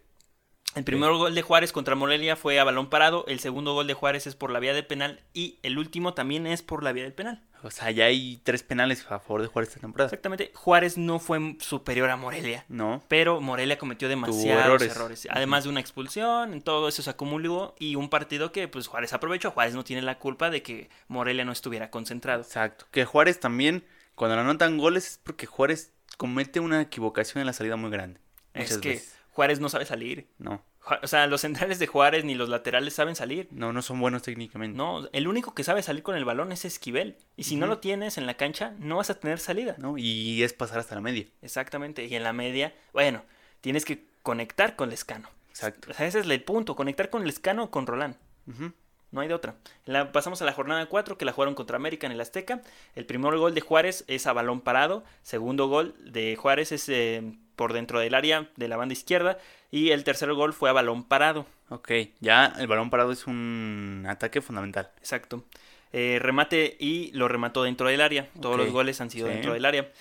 S2: El primer gol de Juárez contra Morelia fue a balón parado, el segundo gol de Juárez es por la vía de penal y el último también es por la vía del penal.
S1: O sea, ya hay tres penales a favor de jugar esta temporada.
S2: Exactamente, Juárez no fue superior a Morelia,
S1: No.
S2: pero Morelia cometió demasiados errores.
S1: errores.
S2: además de una expulsión, en todo eso se acumuló y un partido que pues Juárez aprovechó, Juárez no tiene la culpa de que Morelia no estuviera concentrado.
S1: Exacto. Que Juárez también, cuando le anotan goles, es porque Juárez comete una equivocación en la salida muy grande. Muchas
S2: es que
S1: veces.
S2: Juárez no sabe salir.
S1: No.
S2: Ju- O sea, los centrales de Juárez ni los laterales saben salir.
S1: No, no son buenos técnicamente.
S2: No, el único que sabe salir con el balón es Esquivel. Y si no
S1: Ujú.
S2: lo tienes en la cancha, no vas a tener salida.
S1: ¿no? Y es pasar hasta la media.
S2: Exactamente. Y en la media, bueno, tienes que conectar con Lescano.
S1: Exacto.
S2: O sea, ese es el punto, conectar con Lescano o con Roland.
S1: Ujú.
S2: No hay de otra. La- pasamos a la jornada 4, que la jugaron contra América en el Azteca. El primer gol de Juárez es a balón parado. Segundo gol de Juárez es eh, por dentro del área de la banda izquierda. Y el tercer gol fue a balón parado.
S1: Ok, ya el balón parado es un ataque fundamental.
S2: Exacto. Eh, remate y lo remató dentro del área. Todos
S1: Ok,
S2: los goles han sido
S1: sí.
S2: dentro del área.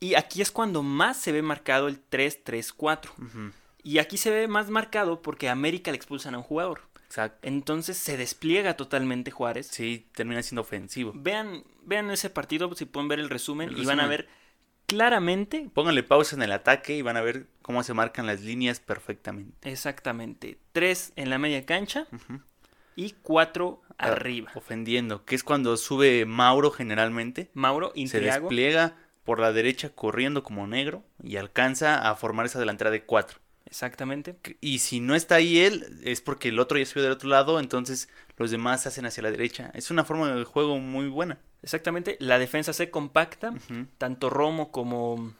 S2: Y aquí es cuando más se ve marcado el 3-3-4.
S1: Ujú,
S2: Y aquí se ve más marcado porque a América le expulsan a un jugador.
S1: Exacto.
S2: Entonces se despliega totalmente Juárez.
S1: Sí, termina siendo ofensivo.
S2: Vean, vean ese partido, si pueden ver el resumen,
S1: El
S2: y van a
S1: resumen.
S2: ver claramente,
S1: Pónganle pausa en el ataque y van a ver cómo se marcan las líneas perfectamente.
S2: exactamente, tres en la media cancha
S1: Ujú.
S2: y cuatro
S1: Ah,
S2: arriba.
S1: Ofendiendo, que es cuando sube Mauro generalmente.
S2: Mauro
S1: Se
S2: Intriago,
S1: despliega por la derecha corriendo como negro y alcanza a formar esa delantera de cuatro.
S2: exactamente,
S1: Y si no está ahí él, es porque el otro ya subió del otro lado, entonces los demás se hacen hacia la derecha. Es una forma de juego muy buena.
S2: exactamente, la defensa se compacta,
S1: Ujú.
S2: tanto Romo como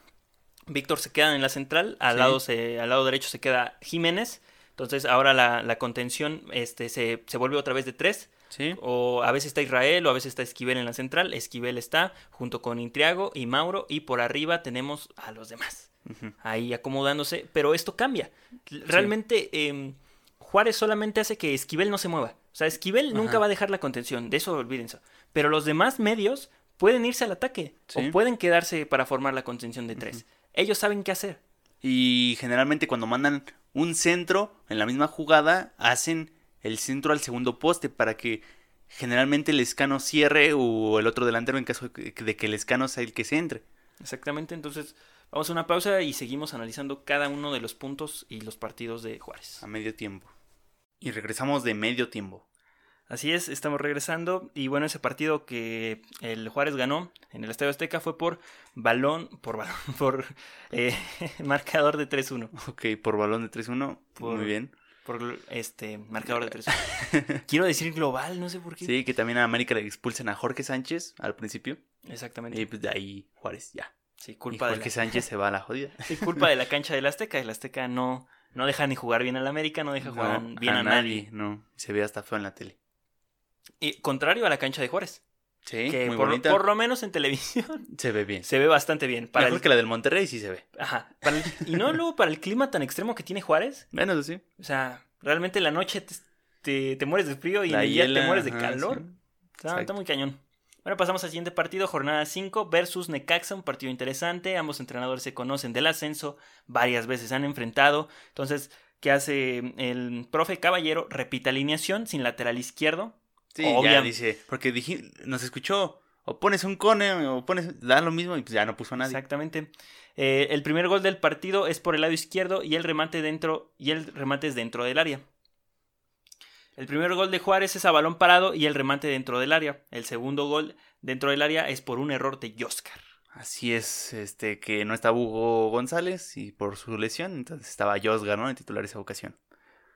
S2: Víctor se quedan en la central, al,
S1: Sí.
S2: lado, se- al lado derecho se queda Jiménez, entonces ahora la, la contención este, se, se vuelve otra vez de tres,
S1: Sí.
S2: O a veces está Israel o a veces está Esquivel en la central. Esquivel está junto con Intriago y Mauro. Y por arriba tenemos a los demás.
S1: Ujú.
S2: Ahí acomodándose. Pero esto cambia. Realmente eh, Juárez solamente hace que Esquivel no se mueva. O sea, Esquivel nunca
S1: Ajá.
S2: va a dejar la contención. De eso olvídense. Pero los demás medios pueden irse al ataque.
S1: Sí.
S2: O pueden quedarse para formar la contención de tres. Ellos saben qué hacer.
S1: Y generalmente cuando mandan un centro en la misma jugada, hacen el centro al segundo poste para que generalmente el escano cierre o el otro delantero en caso de que de que el escano sea el que se entre.
S2: Exactamente. Entonces, vamos a una pausa y seguimos analizando cada uno de los puntos y los partidos de Juárez.
S1: A medio tiempo. Y regresamos de medio tiempo.
S2: Así es, estamos regresando y bueno, ese partido que el Juárez ganó en el Estadio Azteca fue por balón, por balón, por eh, marcador de 3-1,
S1: Ok, por balón de 3-1.
S2: Por-
S1: Muy bien.
S2: por este marcador de 3-1. Quiero decir global, no sé por qué.
S1: Sí, que también a América le expulsan a Jorge Sánchez al principio.
S2: Exactamente.
S1: Y pues de ahí Juárez ya.
S2: Sí,
S1: Y
S2: culpa de,
S1: Jorge
S2: la,
S1: Sánchez se va a la jodida.
S2: sí, culpa de la cancha del Azteca, el Azteca no no deja ni jugar bien al América, no deja jugar
S1: No,
S2: bien a, nadie.
S1: No, se ve hasta feo en la tele.
S2: Y contrario a la cancha de Juárez,
S1: Sí,
S2: que
S1: muy
S2: por,
S1: bonita.
S2: por lo menos en televisión
S1: Se ve bien.
S2: se ve bastante bien para
S1: Mejor
S2: el-
S1: que la del Monterrey sí se ve.
S2: ajá, para el- y no luego para el clima tan extremo que tiene Juárez.
S1: Bueno, eso sí.
S2: O sea, realmente la noche te, te- te mueres de frío y en
S1: La
S2: el día
S1: hiela,
S2: te mueres de
S1: ajá,
S2: calor.
S1: sí.
S2: Está- está,
S1: exacto.
S2: muy cañón. Bueno, pasamos al siguiente partido, jornada 5 versus Necaxa, un partido interesante. Ambos entrenadores se conocen del ascenso, varias veces se han enfrentado. Entonces, ¿qué hace el profe Caballero? Repite alineación sin lateral izquierdo.
S1: Sí, Oh, ya
S2: Obvia-
S1: dice. Porque dije, nos escuchó. O pones un cone o pones. Da lo mismo y pues ya no puso a nadie.
S2: Exactamente. Eh, el primer gol del partido es por el lado izquierdo y el remate dentro y el remate es dentro del área. El primer gol de Juárez es a balón parado y el remate dentro del área. El segundo gol dentro del área es por un error de Yoscar.
S1: Así es, este, que no está Hugo González y por su lesión, entonces estaba Josga, ¿no? En titular esa ocasión.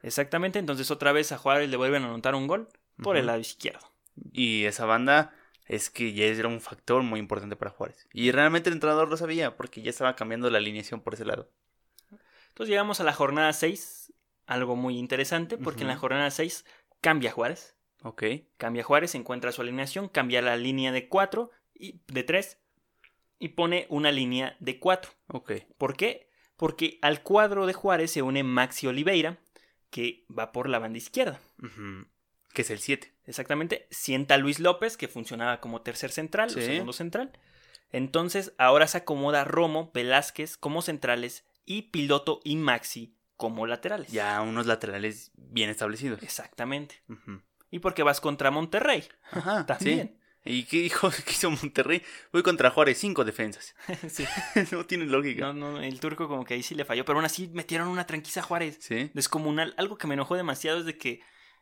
S2: Exactamente, entonces otra vez a Juárez le vuelven a anotar un gol por el
S1: Ujú.
S2: lado izquierdo.
S1: Y esa banda es que ya era un factor muy importante para Juárez. Y realmente el entrenador lo sabía porque ya estaba cambiando la alineación por ese lado.
S2: Entonces llegamos a la jornada 6, algo muy interesante porque en la
S1: Ujú.
S2: jornada 6 cambia Juárez.
S1: Ok.
S2: Cambia Juárez, encuentra su alineación, cambia la línea de 4 y de 3 y pone una línea de 4.
S1: Ok.
S2: ¿Por qué? Porque al cuadro de Juárez se une Maxi Oliveira, que va por la banda izquierda.
S1: Ujú. Que es el 7.
S2: Exactamente, sienta a Luis López, que funcionaba como tercer central
S1: Sí.
S2: o segundo central. Entonces, ahora se acomoda Romo, Velázquez como centrales y Piloto y Maxi como laterales.
S1: Ya unos laterales bien establecidos.
S2: Exactamente.
S1: Ujú.
S2: Y porque vas contra Monterrey
S1: Ajá.
S2: también.
S1: sí. ¿Y qué dijo que hizo Monterrey? Voy contra Juárez, cinco defensas.
S2: Sí.
S1: no tiene lógica.
S2: No, no, el turco como que ahí sí le falló, pero aún así metieron una tranquiza a Juárez.
S1: Sí.
S2: Descomunal. Algo que me enojó demasiado es de que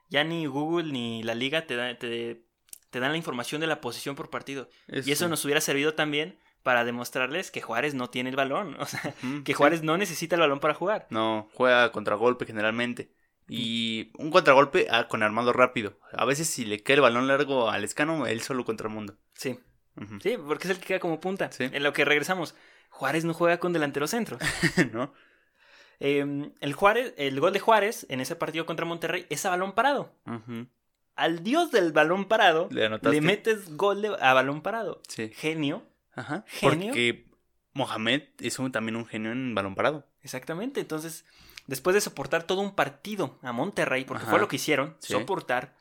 S2: ya ni Google ni la liga te, da- te, te dan la información de la posición por partido. Y eso
S1: sí.
S2: nos hubiera servido también para demostrarles que Juárez no tiene el balón. O sea,
S1: Ujú,
S2: que
S1: sí.
S2: Juárez no necesita el balón para jugar.
S1: No, juega contragolpe generalmente. Y un contragolpe ah, con armado rápido. A veces si le cae el balón largo al escano, él solo contra el mundo.
S2: Sí,
S1: Ujú.
S2: sí, porque es el que queda como punta.
S1: Sí.
S2: En lo que regresamos, Juárez no juega con Em, delantero centro.
S1: ¿No?
S2: Eh, el, Juárez, el gol de Juárez en ese partido contra Monterrey es a balón parado.
S1: Ujú.
S2: al dios del balón parado,
S1: ¿Le anotaste?
S2: le metes gol de- a balón parado.
S1: Sí.
S2: Genio,
S1: Ajá.
S2: Genio.
S1: Porque Mohamed es un- también un genio en balón parado.
S2: exactamente. Entonces, después de soportar todo un partido a Monterrey, porque
S1: Ajá.
S2: fue lo que hicieron,
S1: Sí.
S2: soportar,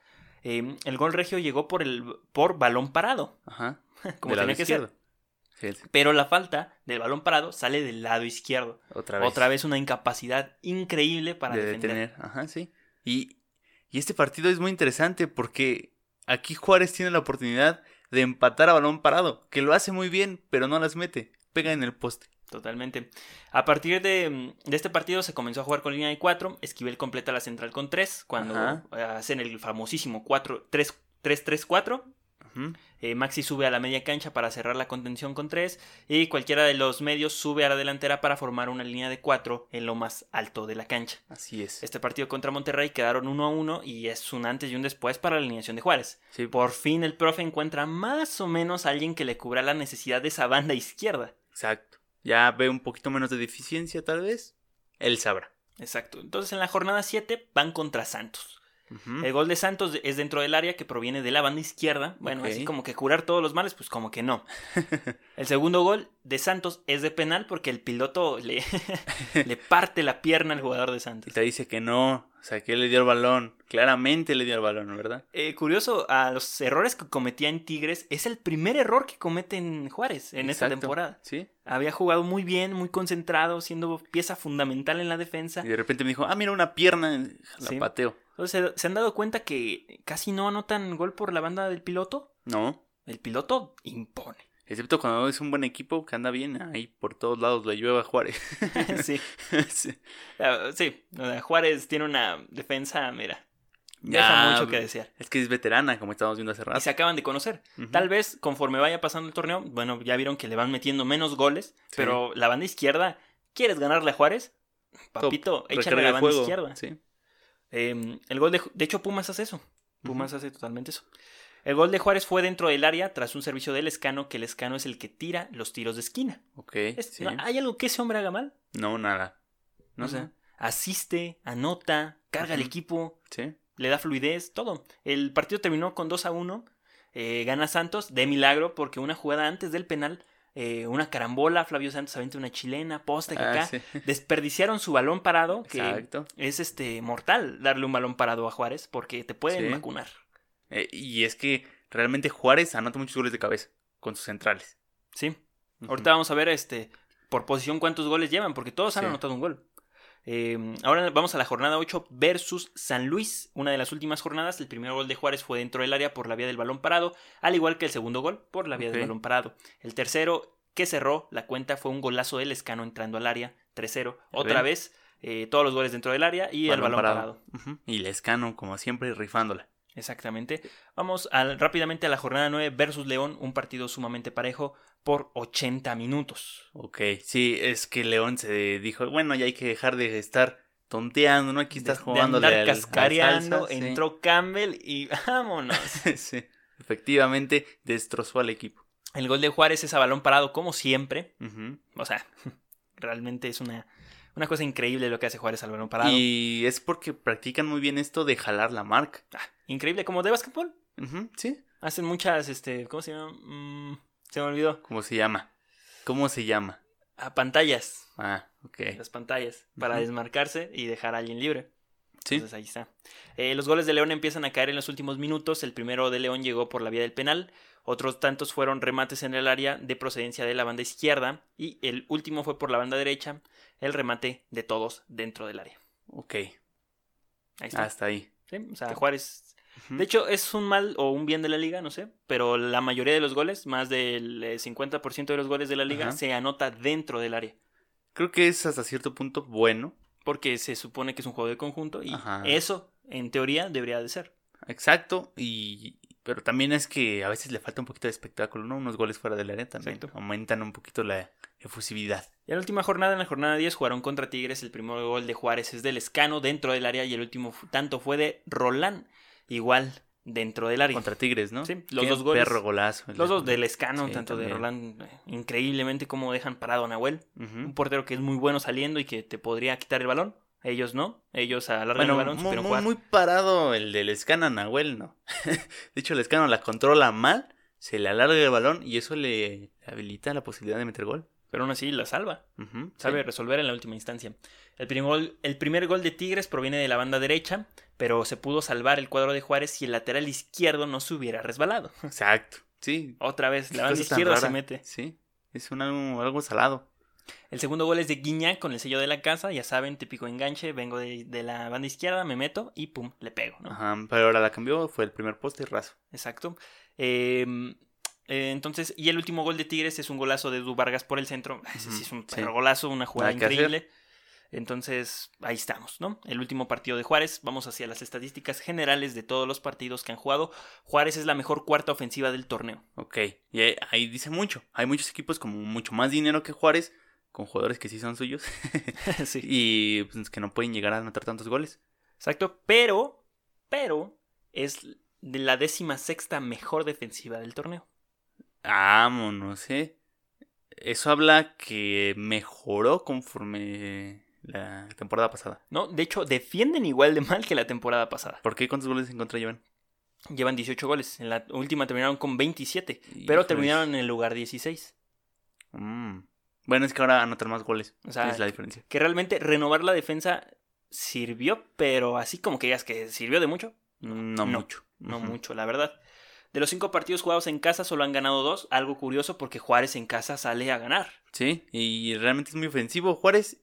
S2: eh, el gol regio llegó por, el, por balón parado,
S1: Ajá.
S2: como
S1: Del lado
S2: tenía que ser.
S1: izquierdo. Fíjate,
S2: Pero la falta del balón parado sale del lado izquierdo.
S1: otra vez.
S2: Otra vez una incapacidad increíble para
S1: de
S2: defender.
S1: detener. Ajá, sí. Y, y este partido es muy interesante porque aquí Juárez tiene la oportunidad de empatar a balón parado, que lo hace muy bien, pero no las mete. Pega en el poste.
S2: Totalmente. A partir de, de este partido se comenzó a jugar con línea de 4. Esquivel completa la central con 3. Cuando
S1: Ajá.
S2: eh, hacen el famosísimo 3-3-4.
S1: Ujú.
S2: Eh, Maxi sube a la media cancha para cerrar la contención con 3. Y cualquiera de los medios sube a la delantera para formar una línea de 4 en lo más alto de la cancha.
S1: Así es.
S2: Este partido contra Monterrey quedaron 1 a 1 y es un antes y un después para la alineación de Juárez.
S1: Sí,
S2: Por fin el profe encuentra más o menos a alguien que le cubra la necesidad de esa banda izquierda.
S1: exacto. Ya ve un poquito menos de deficiencia, tal vez. Él sabrá.
S2: Exacto. Entonces en la jornada 7 van contra Santos.
S1: Ujú.
S2: El gol de Santos de- es dentro del área que proviene de la banda izquierda. Bueno,
S1: Ok.
S2: así como que curar todos los males, pues como que no. El segundo gol de Santos es de penal porque el piloto le, le parte la pierna al jugador de
S1: Y
S2: Santos.
S1: te dice que no. O sea, que él le dio el balón. Claramente le dio el balón, ¿verdad?
S2: Eh, curioso, a los errores que cometía en Tigres es el primer error que comete en Juárez en esta
S1: Exacto.
S2: temporada.
S1: Sí.
S2: Había jugado muy bien, muy concentrado, siendo pieza fundamental en la defensa.
S1: Y de repente me dijo, ah, mira, una pierna. La
S2: Sí.
S1: pateo.
S2: Entonces, ¿se han dado cuenta que casi no anotan gol por la banda del piloto?
S1: No.
S2: El piloto impone.
S1: Excepto cuando es un buen equipo que anda bien. Ahí por todos lados le llueve a Juárez.
S2: sí.
S1: Sí.
S2: Ah, Sí, o sea, Juárez tiene una defensa, mira,
S1: Ya,
S2: deja mucho que desear.
S1: Es que es veterana, como estábamos viendo hace rato.
S2: Y se acaban de conocer.
S1: Ujú.
S2: Tal vez conforme vaya pasando el torneo, bueno, ya vieron que le van metiendo menos goles, pero la banda izquierda, ¿quieres ganarle a Juárez? Papito, échale a
S1: Recarga
S2: la
S1: el
S2: banda
S1: juego,
S2: izquierda.
S1: Sí.
S2: Eh, el gol de, Ju- de hecho, Pumas hace eso. Pumas hace totalmente eso. El gol de Juárez fue dentro del área tras un servicio del Escano, que el Escano es el que tira los tiros de esquina.
S1: Ok.
S2: Es-
S1: sí.
S2: ¿no? ah. ¿Hay algo que ese hombre haga mal?
S1: No, nada. No sé.
S2: Asiste, anota, carga al
S1: Ujú.
S2: equipo,
S1: Sí.
S2: le da fluidez, todo. El partido terminó con 2 a 1. eh, gana Santos de milagro porque una jugada antes del penal, eh, una carambola, Flavio Santos aventa una chilena, poste que
S1: Ah,
S2: acá.
S1: sí.
S2: Desperdiciaron su balón parado, que
S1: Exacto.
S2: es este mortal darle un balón parado a Juárez porque te pueden
S1: Sí.
S2: vacunar.
S1: Eh, y es que realmente Juárez anota muchos goles de cabeza con sus centrales.
S2: Sí.
S1: Ujú.
S2: Ahorita vamos a ver este por posición cuántos goles llevan, porque todos han
S1: Sí.
S2: anotado un gol. Eh, ahora vamos a la jornada 8 versus San Luis, una de las últimas jornadas. El primer gol de Juárez fue dentro del área por la vía del balón parado, al igual que el segundo gol por la vía
S1: Ok.
S2: del balón parado. El tercero que cerró la cuenta fue un golazo del Escano entrando al área, 3-0. Otra
S1: ven.
S2: vez, eh, todos los goles dentro del área y el balón parado.
S1: Ujú. Y Lescano, como siempre, rifándola.
S2: Exactamente. Vamos al- rápidamente a la jornada 9 versus León, un partido sumamente parejo por 80 minutos.
S1: Ok. Sí, es que León se dijo, bueno, ya hay que dejar de estar tonteando, ¿no? Aquí estás
S2: de- de
S1: jugando
S2: andar cascareando, entró Campbell y vámonos.
S1: sí. Efectivamente, destrozó al equipo.
S2: El gol de Juárez es a balón parado como siempre.
S1: Ujú.
S2: O sea, realmente es una, una cosa increíble lo que hace Juárez al balón parado.
S1: Y es porque practican muy bien esto de jalar la marca.
S2: Increíble, como de básquetbol.
S1: Ujú, Sí.
S2: Hacen muchas, este, ¿cómo se llama? Mm, se me olvidó.
S1: ¿Cómo se llama? ¿Cómo se llama?
S2: A pantallas.
S1: Ah, ok.
S2: Las pantallas. Para
S1: Ujú.
S2: desmarcarse y dejar a alguien libre.
S1: Sí.
S2: Entonces ahí está. Eh, los goles de León empiezan a caer en los últimos minutos. El primero de León llegó por la vía del penal. Otros tantos fueron remates en el área de procedencia de la banda izquierda. Y el último fue por la banda derecha. El remate de todos dentro del área.
S1: Ok.
S2: Ahí está.
S1: Hasta ahí.
S2: Sí, O sea, Juárez.
S1: Ujú.
S2: De hecho, es un mal o un bien de la liga, no sé. Pero la mayoría de los goles, más del eh, 50% de los goles de la liga,
S1: Ajá.
S2: se anota dentro del área.
S1: creo que es hasta cierto punto bueno.
S2: Porque se supone que es un juego de conjunto. Y
S1: Ajá.
S2: eso, en teoría, debería de ser.
S1: Exacto. Y pero también es que a veces le falta un poquito de espectáculo, ¿no? Unos goles fuera del área también
S2: Exacto.
S1: aumentan un poquito la efusividad.
S2: Y en la última jornada, en la jornada 10, jugaron contra Tigres. El primer gol de Juárez es del Escano dentro del área y el último fu- tanto fue de Roland, igual dentro del área.
S1: Contra Tigres, ¿no?
S2: Sí, los
S1: Qué
S2: dos goles.
S1: Perro golazo.
S2: Los dos del Escano,
S1: Sí,
S2: tanto de
S1: también.
S2: Roland, eh, increíblemente cómo dejan parado a Nahuel.
S1: Ujú.
S2: Un portero que es muy bueno saliendo y que te podría quitar el balón. Ellos no, ellos alargan
S1: Bueno,
S2: el balón,
S1: muy,
S2: supieron
S1: muy-
S2: jugar.
S1: muy parado el del escano a Nahuel, ¿no? de hecho, el escano la controla mal, se le alarga el balón y eso le habilita la posibilidad de meter gol.
S2: Pero aún así la salva.
S1: Ujú,
S2: Sabe
S1: sí.
S2: resolver en la última instancia. El primer, gol, el primer gol de Tigres proviene de la banda derecha, pero se pudo salvar el cuadro de Juárez si el lateral izquierdo no se hubiera resbalado.
S1: Exacto. Sí.
S2: Otra vez,
S1: Qué
S2: la banda
S1: cosa tan
S2: izquierda se
S1: rara.
S2: mete.
S1: Sí. Es un algo, algo salado.
S2: El segundo gol es de Guiñac con el sello de la casa, ya saben, típico enganche, vengo de, de la banda izquierda, me meto y pum, le pego, ¿no?
S1: Ajá, pero ahora la cambió, fue el primer poste y raso.
S2: Exacto. Eh, eh, entonces, y el último gol de Tigres es un golazo de Edu Vargas por el centro. Ese sí es un
S1: Sí.
S2: perro golazo, una jugada
S1: Nada que hacer.
S2: increíble. Entonces, ahí estamos, ¿no? El último partido de Juárez. Vamos hacia las estadísticas generales de todos los partidos que han jugado. Juárez es la mejor cuarta ofensiva del torneo.
S1: Ok, y ahí, ahí dice mucho. Hay muchos equipos con mucho más dinero que Juárez, con jugadores que sí son suyos
S2: sí.
S1: y pues, que no pueden llegar a anotar tantos goles.
S2: Exacto. Pero, pero, es de la décima sexta mejor defensiva del torneo.
S1: Vámonos, ¿eh? Eso habla que mejoró conforme la temporada pasada.
S2: ¿No? De hecho, defienden igual de mal que la temporada pasada.
S1: ¿Por qué cuántos goles en contra llevan?
S2: Llevan 18 goles. En la última terminaron con 27.
S1: Híjoles.
S2: Pero terminaron en el lugar 16.
S1: Mm. Bueno, es que ahora anotan más goles.
S2: O sea,
S1: es la diferencia.
S2: Que realmente renovar la defensa sirvió, pero así como que digas que sirvió de mucho,
S1: No,
S2: no,
S1: mucho.
S2: no
S1: Ujú.
S2: mucho, la verdad. De los cinco partidos jugados en casa, solo han ganado dos. Algo curioso porque Juárez en casa sale a ganar,
S1: Sí, y realmente es muy ofensivo. Juárez,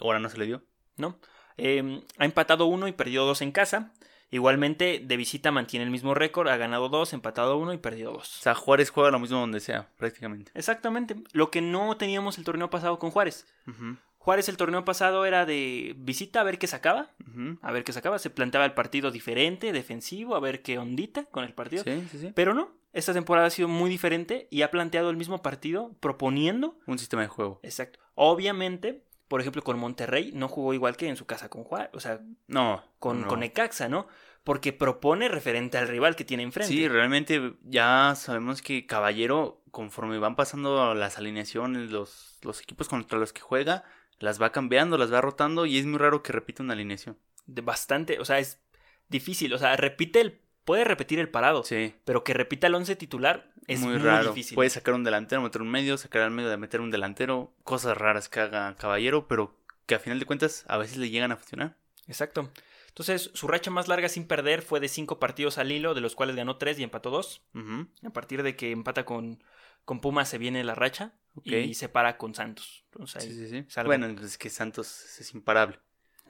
S1: ahora no se le dio.
S2: ¿no? Eh, ha empatado uno y perdido dos en casa. Igualmente, de visita mantiene el mismo récord. Ha ganado dos, empatado uno y perdido
S1: O
S2: dos.
S1: sea, Juárez juega lo mismo donde sea, prácticamente.
S2: Exactamente. Lo que no teníamos el torneo pasado con Juárez.
S1: Ujú,
S2: Juárez el torneo pasado era de visita a ver qué sacaba.
S1: ujú.
S2: a ver qué sacaba. Se planteaba el partido diferente, defensivo, a ver qué ondita con el partido.
S1: Sí, sí, sí.
S2: Pero no, esta temporada ha sido muy diferente y ha planteado el mismo partido proponiendo.
S1: Un sistema de juego.
S2: Exacto. Obviamente, por ejemplo, con Monterrey no jugó igual que en su casa con Juárez, o sea,
S1: No.
S2: con,
S1: no.
S2: con Necaxa, ¿no? Porque propone referente al rival que tiene enfrente.
S1: Sí, realmente ya sabemos que Caballero, conforme van pasando las alineaciones, los, los equipos contra los que juega, las va cambiando, las va rotando y es muy raro que repita una alineación.
S2: De bastante, o sea, es difícil, o sea, repite el puede repetir el parado,
S1: Sí,
S2: pero que repita el once titular es muy,
S1: raro. pues.
S2: difícil.
S1: Puede sacar un delantero, meter un medio, sacar al medio, meter un delantero, cosas raras que haga Caballero, pero que a final de cuentas a veces le llegan a funcionar.
S2: Exacto. Entonces, su racha más larga sin perder fue de cinco partidos al hilo, de los cuales ganó tres y empató dos.
S1: Ujú,
S2: A partir de que empata con, con Pumas se viene la racha y
S1: Ok.
S2: se para con Santos. Entonces, ahí,
S1: Sí, sí, sí.
S2: es algo.
S1: Bueno, es que Santos es imparable.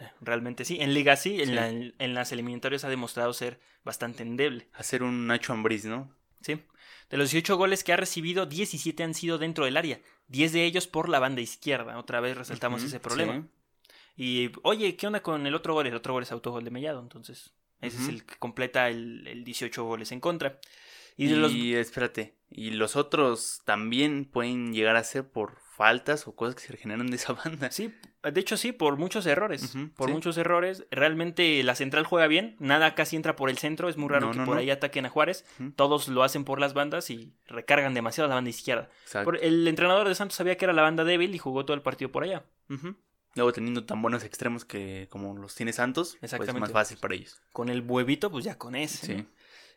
S2: eh, realmente sí. En Liga sí, en,
S1: Sí.
S2: la- en las eliminatorias ha demostrado ser bastante endeble.
S1: Hacer un Nacho Ambriz, ¿no?
S2: ¿sí? De los 18 goles que ha recibido, 17 han sido dentro del área. 10 de ellos por la banda izquierda. Otra vez resaltamos
S1: Ujú,
S2: ese problema.
S1: sí.
S2: Y, oye, ¿qué onda con el otro gol? El otro gol es autogol de Mellado, entonces. Ese es
S1: Ujú.
S2: el que completa el, el 18 goles en contra. Y de los...
S1: espérate, y los otros también pueden llegar a ser por faltas o cosas que se generan de esa banda.
S2: Sí, de hecho sí, por muchos errores.
S1: Ujú,
S2: por
S1: sí.
S2: muchos errores. Realmente la central juega bien. Nada casi entra por el centro. Es muy raro
S1: No,
S2: que
S1: no,
S2: por
S1: no.
S2: ahí ataquen a Juárez.
S1: Ujú.
S2: Todos lo hacen por las bandas y recargan demasiado a la banda izquierda.
S1: Exacto.
S2: Por- el entrenador de Santos sabía que era la banda débil y jugó todo el partido por allá.
S1: Ujú. Luego teniendo tan buenos extremos que como los tiene Santos, pues es
S2: Exactamente.
S1: más fácil para ellos.
S2: Con el huevito, pues ya con ese.
S1: Sí.
S2: ¿no?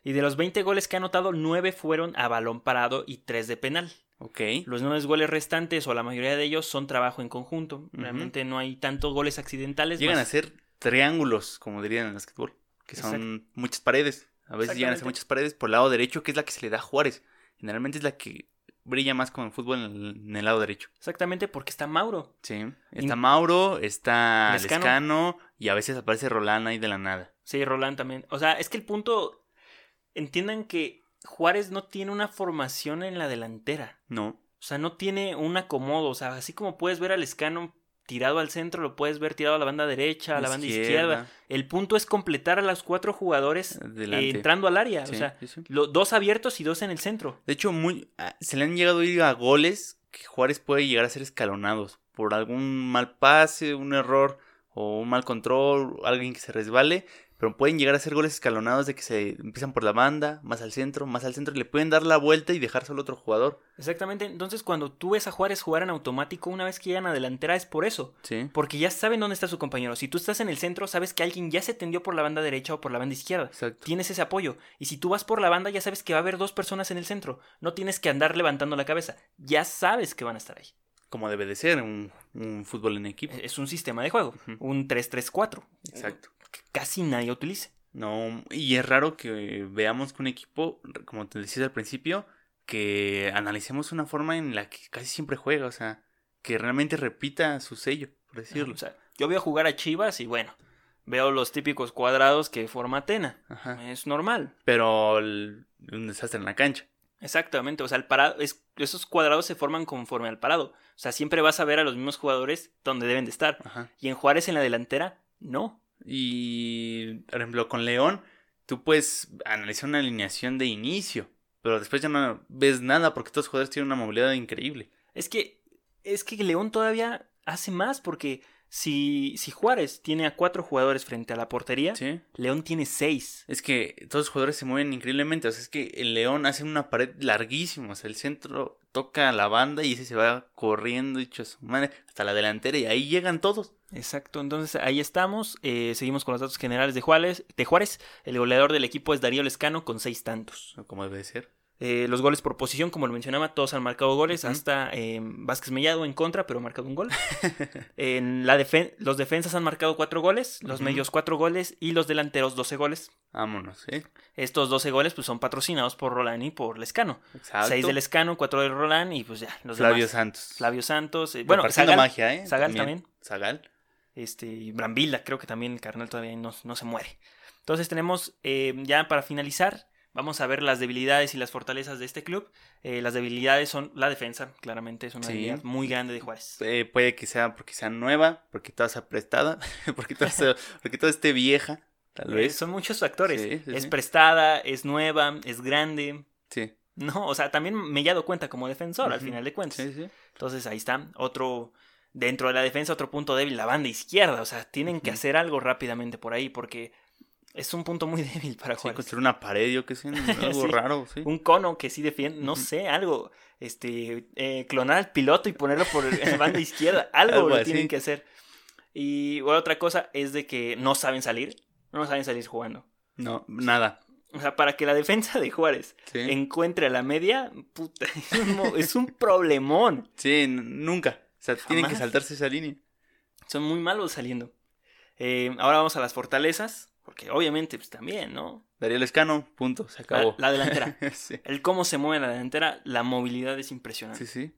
S2: Y de los 20 goles que ha anotado, 9 fueron a balón parado y 3 de penal.
S1: Ok.
S2: Los nueve goles restantes o la mayoría de ellos son trabajo en conjunto. Realmente no hay tantos goles accidentales.
S1: Llegan
S2: más-
S1: a ser triángulos, como dirían en el basquetbol, que son muchas paredes. A veces llegan a ser
S2: Exactamente.
S1: muchas paredes por el lado derecho, que es la que se le da a Juárez. Generalmente es la que brilla más con el fútbol en el, en el lado derecho.
S2: Exactamente porque está Mauro.
S1: Sí. Está
S2: In-
S1: Mauro, está
S2: Lescano.
S1: Lescano y a veces aparece Rolán ahí de la nada.
S2: Sí, Roland también. O sea, es que el punto... Entiendan que Juárez no tiene una formación en la delantera.
S1: No.
S2: O sea, no tiene un acomodo. O sea, así como puedes ver al Escano tirado al centro, lo puedes ver tirado a la banda derecha, a la banda izquierda. El punto es completar a los cuatro jugadores eh,
S1: Adelante.
S2: entrando al área.
S1: Sí,
S2: O sea,
S1: sí, sí.
S2: lo- dos abiertos y dos en el centro.
S1: De hecho, muy, ah, se le han llegado a ir a goles que Juárez puede llegar a ser escalonados por algún mal pase, un error o un mal control, alguien que se resbale, pero pueden llegar a ser goles escalonados de que se empiezan por la banda, más al centro, más al centro, y le pueden dar la vuelta y dejar solo otro jugador.
S2: Exactamente, entonces cuando tú ves a Juárez jugar en automático, una vez que llegan a delantera es por eso,
S1: Sí.
S2: porque ya saben dónde está su compañero. Si tú estás en el centro, sabes que alguien ya se tendió por la banda derecha o por la banda izquierda.
S1: Exacto.
S2: Tienes ese apoyo. Y si tú vas por la banda, ya sabes que va a haber dos personas en el centro. No tienes que andar levantando la cabeza. Ya sabes que van a estar ahí. E,
S1: Como debe de ser un, un fútbol en equipo.
S2: Es un sistema de juego.
S1: Ujú.
S2: Un 3-3-4.
S1: Exacto.
S2: Que casi nadie utiliza.
S1: No, y es raro que veamos que un equipo, como te decía al principio, que analicemos una forma en la que casi siempre juega, o sea, que realmente repita su sello, por decirlo.
S2: O sea, yo veo jugar a Chivas y bueno, veo los típicos cuadrados que forma Atena.
S1: Ajá.
S2: Es normal.
S1: Pero el- un desastre en la cancha.
S2: Exactamente, o sea, el parado, es- esos cuadrados se forman conforme al parado. O sea, siempre vas a ver a los mismos jugadores donde deben de estar.
S1: Ajá.
S2: Y en Juárez en la delantera, no.
S1: Y, por ejemplo, con León, tú puedes analizar una alineación de inicio, pero después ya no ves nada porque todos los jugadores tienen una movilidad increíble.
S2: Es que, es que León todavía hace más porque si, si Juárez tiene a cuatro jugadores frente a la portería,
S1: ¿Sí?
S2: León tiene seis.
S1: Es que todos los jugadores se mueven increíblemente. O sea, es que el León hace una pared larguísima. O sea, el centro toca a la banda y ese se va corriendo, hecho su madre, hasta la delantera y ahí llegan todos.
S2: Exacto, entonces ahí estamos. eh, seguimos con los datos generales de Juárez, de Juárez. El goleador del equipo es Darío Lescano con seis tantos.
S1: Como debe de ser.
S2: Eh, los goles por posición, como lo mencionaba, todos han marcado goles.
S1: Ujú.
S2: Hasta eh, Vázquez Mellado en contra, pero ha marcado un gol. en la defen- los defensas han marcado cuatro goles, los
S1: Ujú.
S2: medios cuatro goles y los delanteros 12 goles.
S1: Vámonos, ¿eh?
S2: Estos 12 goles pues, son patrocinados por Roland y por Lescano.
S1: Exacto.
S2: Seis de Lescano, cuatro de Roland y pues ya, los
S1: Flavio
S2: demás.
S1: Santos.
S2: Flavio Santos. eh, bueno,
S1: bueno,
S2: Zagal,
S1: magia, ¿eh?
S2: Zagal también.
S1: Zagal.
S2: este, y Brambilla, creo que también el carnal todavía no, no se muere. Entonces tenemos, eh, ya para finalizar, vamos a ver las debilidades y las fortalezas de este club. Eh, las debilidades son la defensa, claramente es una
S1: Sí.
S2: debilidad muy grande de Juárez.
S1: Eh, puede que sea porque sea nueva, porque toda sea prestada, porque toda, sea- porque toda esté vieja, tal
S2: Eh,
S1: vez.
S2: son muchos factores.
S1: Sí, sí,
S2: es
S1: sí.
S2: prestada, es nueva, es grande.
S1: Sí,
S2: No, o sea, también me he dado cuenta como defensor al
S1: Ujú.
S2: final de cuentas.
S1: sí, sí.
S2: Entonces ahí está, otro, dentro de la defensa, otro punto débil, la banda izquierda. O sea, tienen que
S1: Ujú.
S2: hacer algo rápidamente por ahí porque es un punto muy débil para
S1: Sí,
S2: Juárez.
S1: construir una pared, yo que sé, algo
S2: Sí.
S1: raro, sí.
S2: un cono que sí defiende, no
S1: Ujú.
S2: sé, algo, este, eh, clonar al piloto y ponerlo por la banda izquierda, algo,
S1: Algo
S2: lo
S1: así.
S2: tienen que hacer. Y bueno, otra cosa es de que no saben salir, no saben salir jugando.
S1: No, nada.
S2: O sea, para que la defensa de Juárez
S1: Sí.
S2: encuentre a la media, puta, es un, mo- es un problemón.
S1: Sí, n- nunca. O sea, tienen que
S2: Jamás.
S1: saltarse esa línea.
S2: Son muy malos saliendo. Eh, ahora vamos a las fortalezas, porque obviamente, pues también, ¿no?
S1: Darío Lescano, punto, se
S2: La,
S1: acabó.
S2: la delantera.
S1: sí,
S2: El cómo se mueve la delantera, la movilidad es
S1: sí,
S2: impresionante.
S1: sí.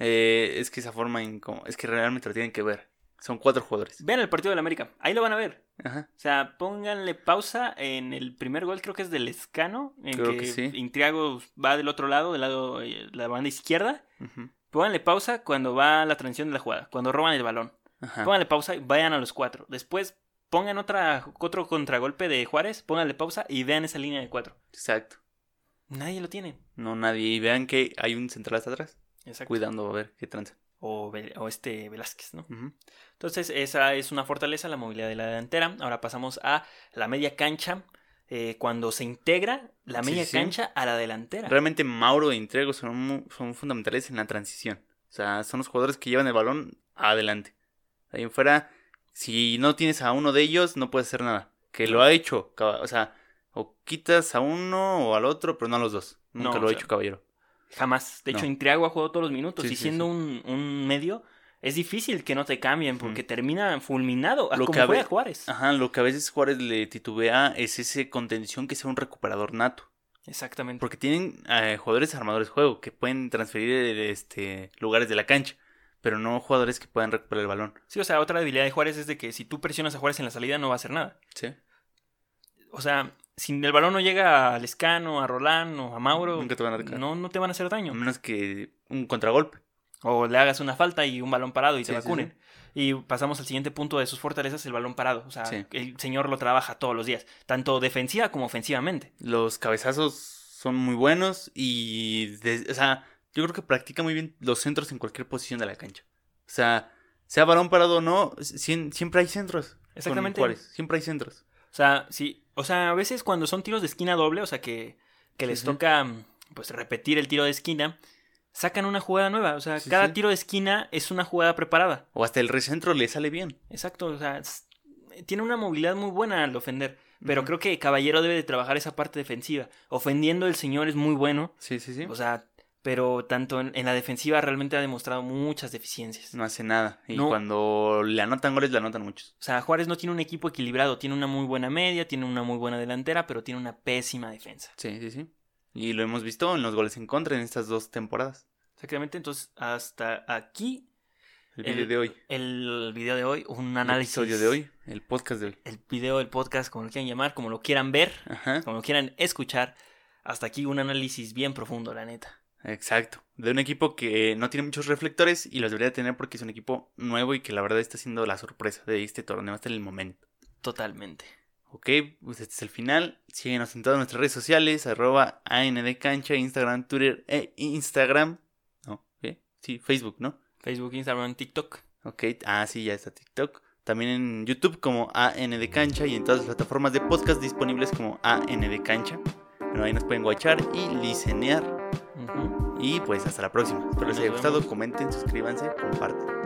S1: Eh, es que esa forma en cómo- Es que realmente lo tienen que ver. Son cuatro jugadores.
S2: Vean el partido del América, ahí lo van a ver.
S1: Ajá.
S2: O sea, pónganle pausa en el primer gol, creo que es del Escano, en
S1: Creo
S2: que,
S1: que sí.
S2: Intriago va del otro lado, del lado eh, la banda izquierda.
S1: ujú,
S2: Pónganle pausa cuando va la transición de la jugada, cuando roban el balón.
S1: Ajá.
S2: Pónganle pausa y vayan a los cuatro. Después pongan otra, otro contragolpe de Juárez, pónganle pausa y vean esa línea de cuatro.
S1: Exacto.
S2: Nadie lo tiene.
S1: No nadie. Y vean que hay un central hasta atrás.
S2: Exacto.
S1: Cuidando a ver qué tranza.
S2: O, Vel- o este Velázquez, ¿no?
S1: Ujú.
S2: Entonces, esa es una fortaleza, la movilidad de la delantera. Ahora pasamos a la media cancha. eh, cuando se integra la
S1: Sí,
S2: media
S1: sí.
S2: cancha a la delantera.
S1: Realmente Mauro e Intrego son, mu- son fundamentales en la transición. O sea, son los jugadores que llevan el balón adelante. Ahí en fuera, si no tienes a uno de ellos, no puedes hacer nada. Que lo ha hecho, caba- o sea, o quitas a uno o al otro, pero no a los dos. Nunca
S2: No,
S1: lo
S2: o
S1: ha
S2: sea,
S1: hecho, caballero.
S2: Jamás. De hecho,
S1: No.
S2: Intriago ha jugado todos los minutos.
S1: Sí,
S2: y
S1: sí,
S2: siendo Un, un medio, es difícil que no te cambien porque termina fulminado. A Ah.
S1: Lo
S2: como
S1: que a
S2: juega
S1: ve-
S2: Juárez.
S1: Ajá, lo que a veces Juárez le titubea es ese contención que sea un recuperador nato.
S2: Exactamente.
S1: Porque tienen eh, jugadores armadores de juego que pueden transferir eh, este, lugares de la cancha, pero no jugadores que puedan recuperar el balón.
S2: Sí, o sea, otra debilidad de Juárez es de que si tú presionas a Juárez en la salida no va a hacer nada.
S1: Sí.
S2: O sea, si el balón no llega a Lescano, a Rolán o a Mm. Mauro,
S1: Nunca te van a atacar.
S2: no, no te van a hacer daño.
S1: A menos que un contragolpe.
S2: O le hagas una falta y un balón parado y te
S1: Sí, sí,
S2: vacunen. Y pasamos al siguiente punto de sus fortalezas, el balón parado. O sea,
S1: Sí.
S2: el señor lo trabaja todos los días, tanto defensiva como ofensivamente.
S1: Los cabezazos son muy buenos y, de- o sea, yo creo que practica muy bien los centros en cualquier posición de la cancha. O sea, sea balón parado o no, sien- siempre hay centros. con
S2: Exactamente.
S1: Juárez, Siempre hay centros.
S2: O sea, sí, o sea, a veces cuando son tiros de esquina doble, o sea, que, que les
S1: Sí, sí.
S2: toca mm, pues repetir el tiro de esquina, sacan una jugada nueva, o sea,
S1: Sí,
S2: cada
S1: sí.
S2: tiro de esquina es una jugada preparada.
S1: O hasta el recentro le sale bien.
S2: Exacto, o sea, s- tiene una movilidad muy buena al ofender, pero
S1: Ujú.
S2: creo que Caballero debe de trabajar esa parte defensiva. Ofendiendo el señor es muy bueno,
S1: Sí, sí, sí.
S2: o sea, pero tanto en, en la defensiva realmente ha demostrado muchas deficiencias.
S1: no hace nada. Y
S2: No.
S1: cuando le anotan goles, le anotan muchos.
S2: O sea, Juárez no tiene un equipo equilibrado, tiene una muy buena media, tiene una muy buena delantera, pero tiene una pésima defensa.
S1: Sí, sí, sí. Y lo hemos visto en los goles en contra en estas dos temporadas.
S2: Exactamente, entonces hasta aquí
S1: El
S2: El
S1: video de hoy.
S2: el video de hoy, un
S1: El
S2: análisis.
S1: episodio de hoy. El podcast de hoy.
S2: El video, el podcast, como lo quieran llamar, como lo quieran ver,
S1: Ajá.
S2: como lo quieran escuchar. Hasta aquí un análisis bien profundo, la neta.
S1: Exacto. De un equipo que no tiene muchos reflectores y los debería tener porque es un equipo nuevo y que la verdad está siendo la sorpresa de este torneo hasta el momento.
S2: Totalmente.
S1: Ok, pues este es el final. Síguenos en todas nuestras redes sociales, arroba AND Cancha, Instagram, Twitter e Instagram. No, ¿qué? Sí, Facebook, ¿no?
S2: Facebook, Instagram, TikTok.
S1: Ok, ah, sí, ya está TikTok. También en YouTube como AND Cancha y en todas las plataformas de podcast disponibles como AND Cancha. Bueno, ahí nos pueden guachar y licenear.
S2: Ujú.
S1: Y pues hasta la próxima. Espero les
S2: Nos
S1: haya gustado.
S2: vemos.
S1: Comenten, suscríbanse, compartan.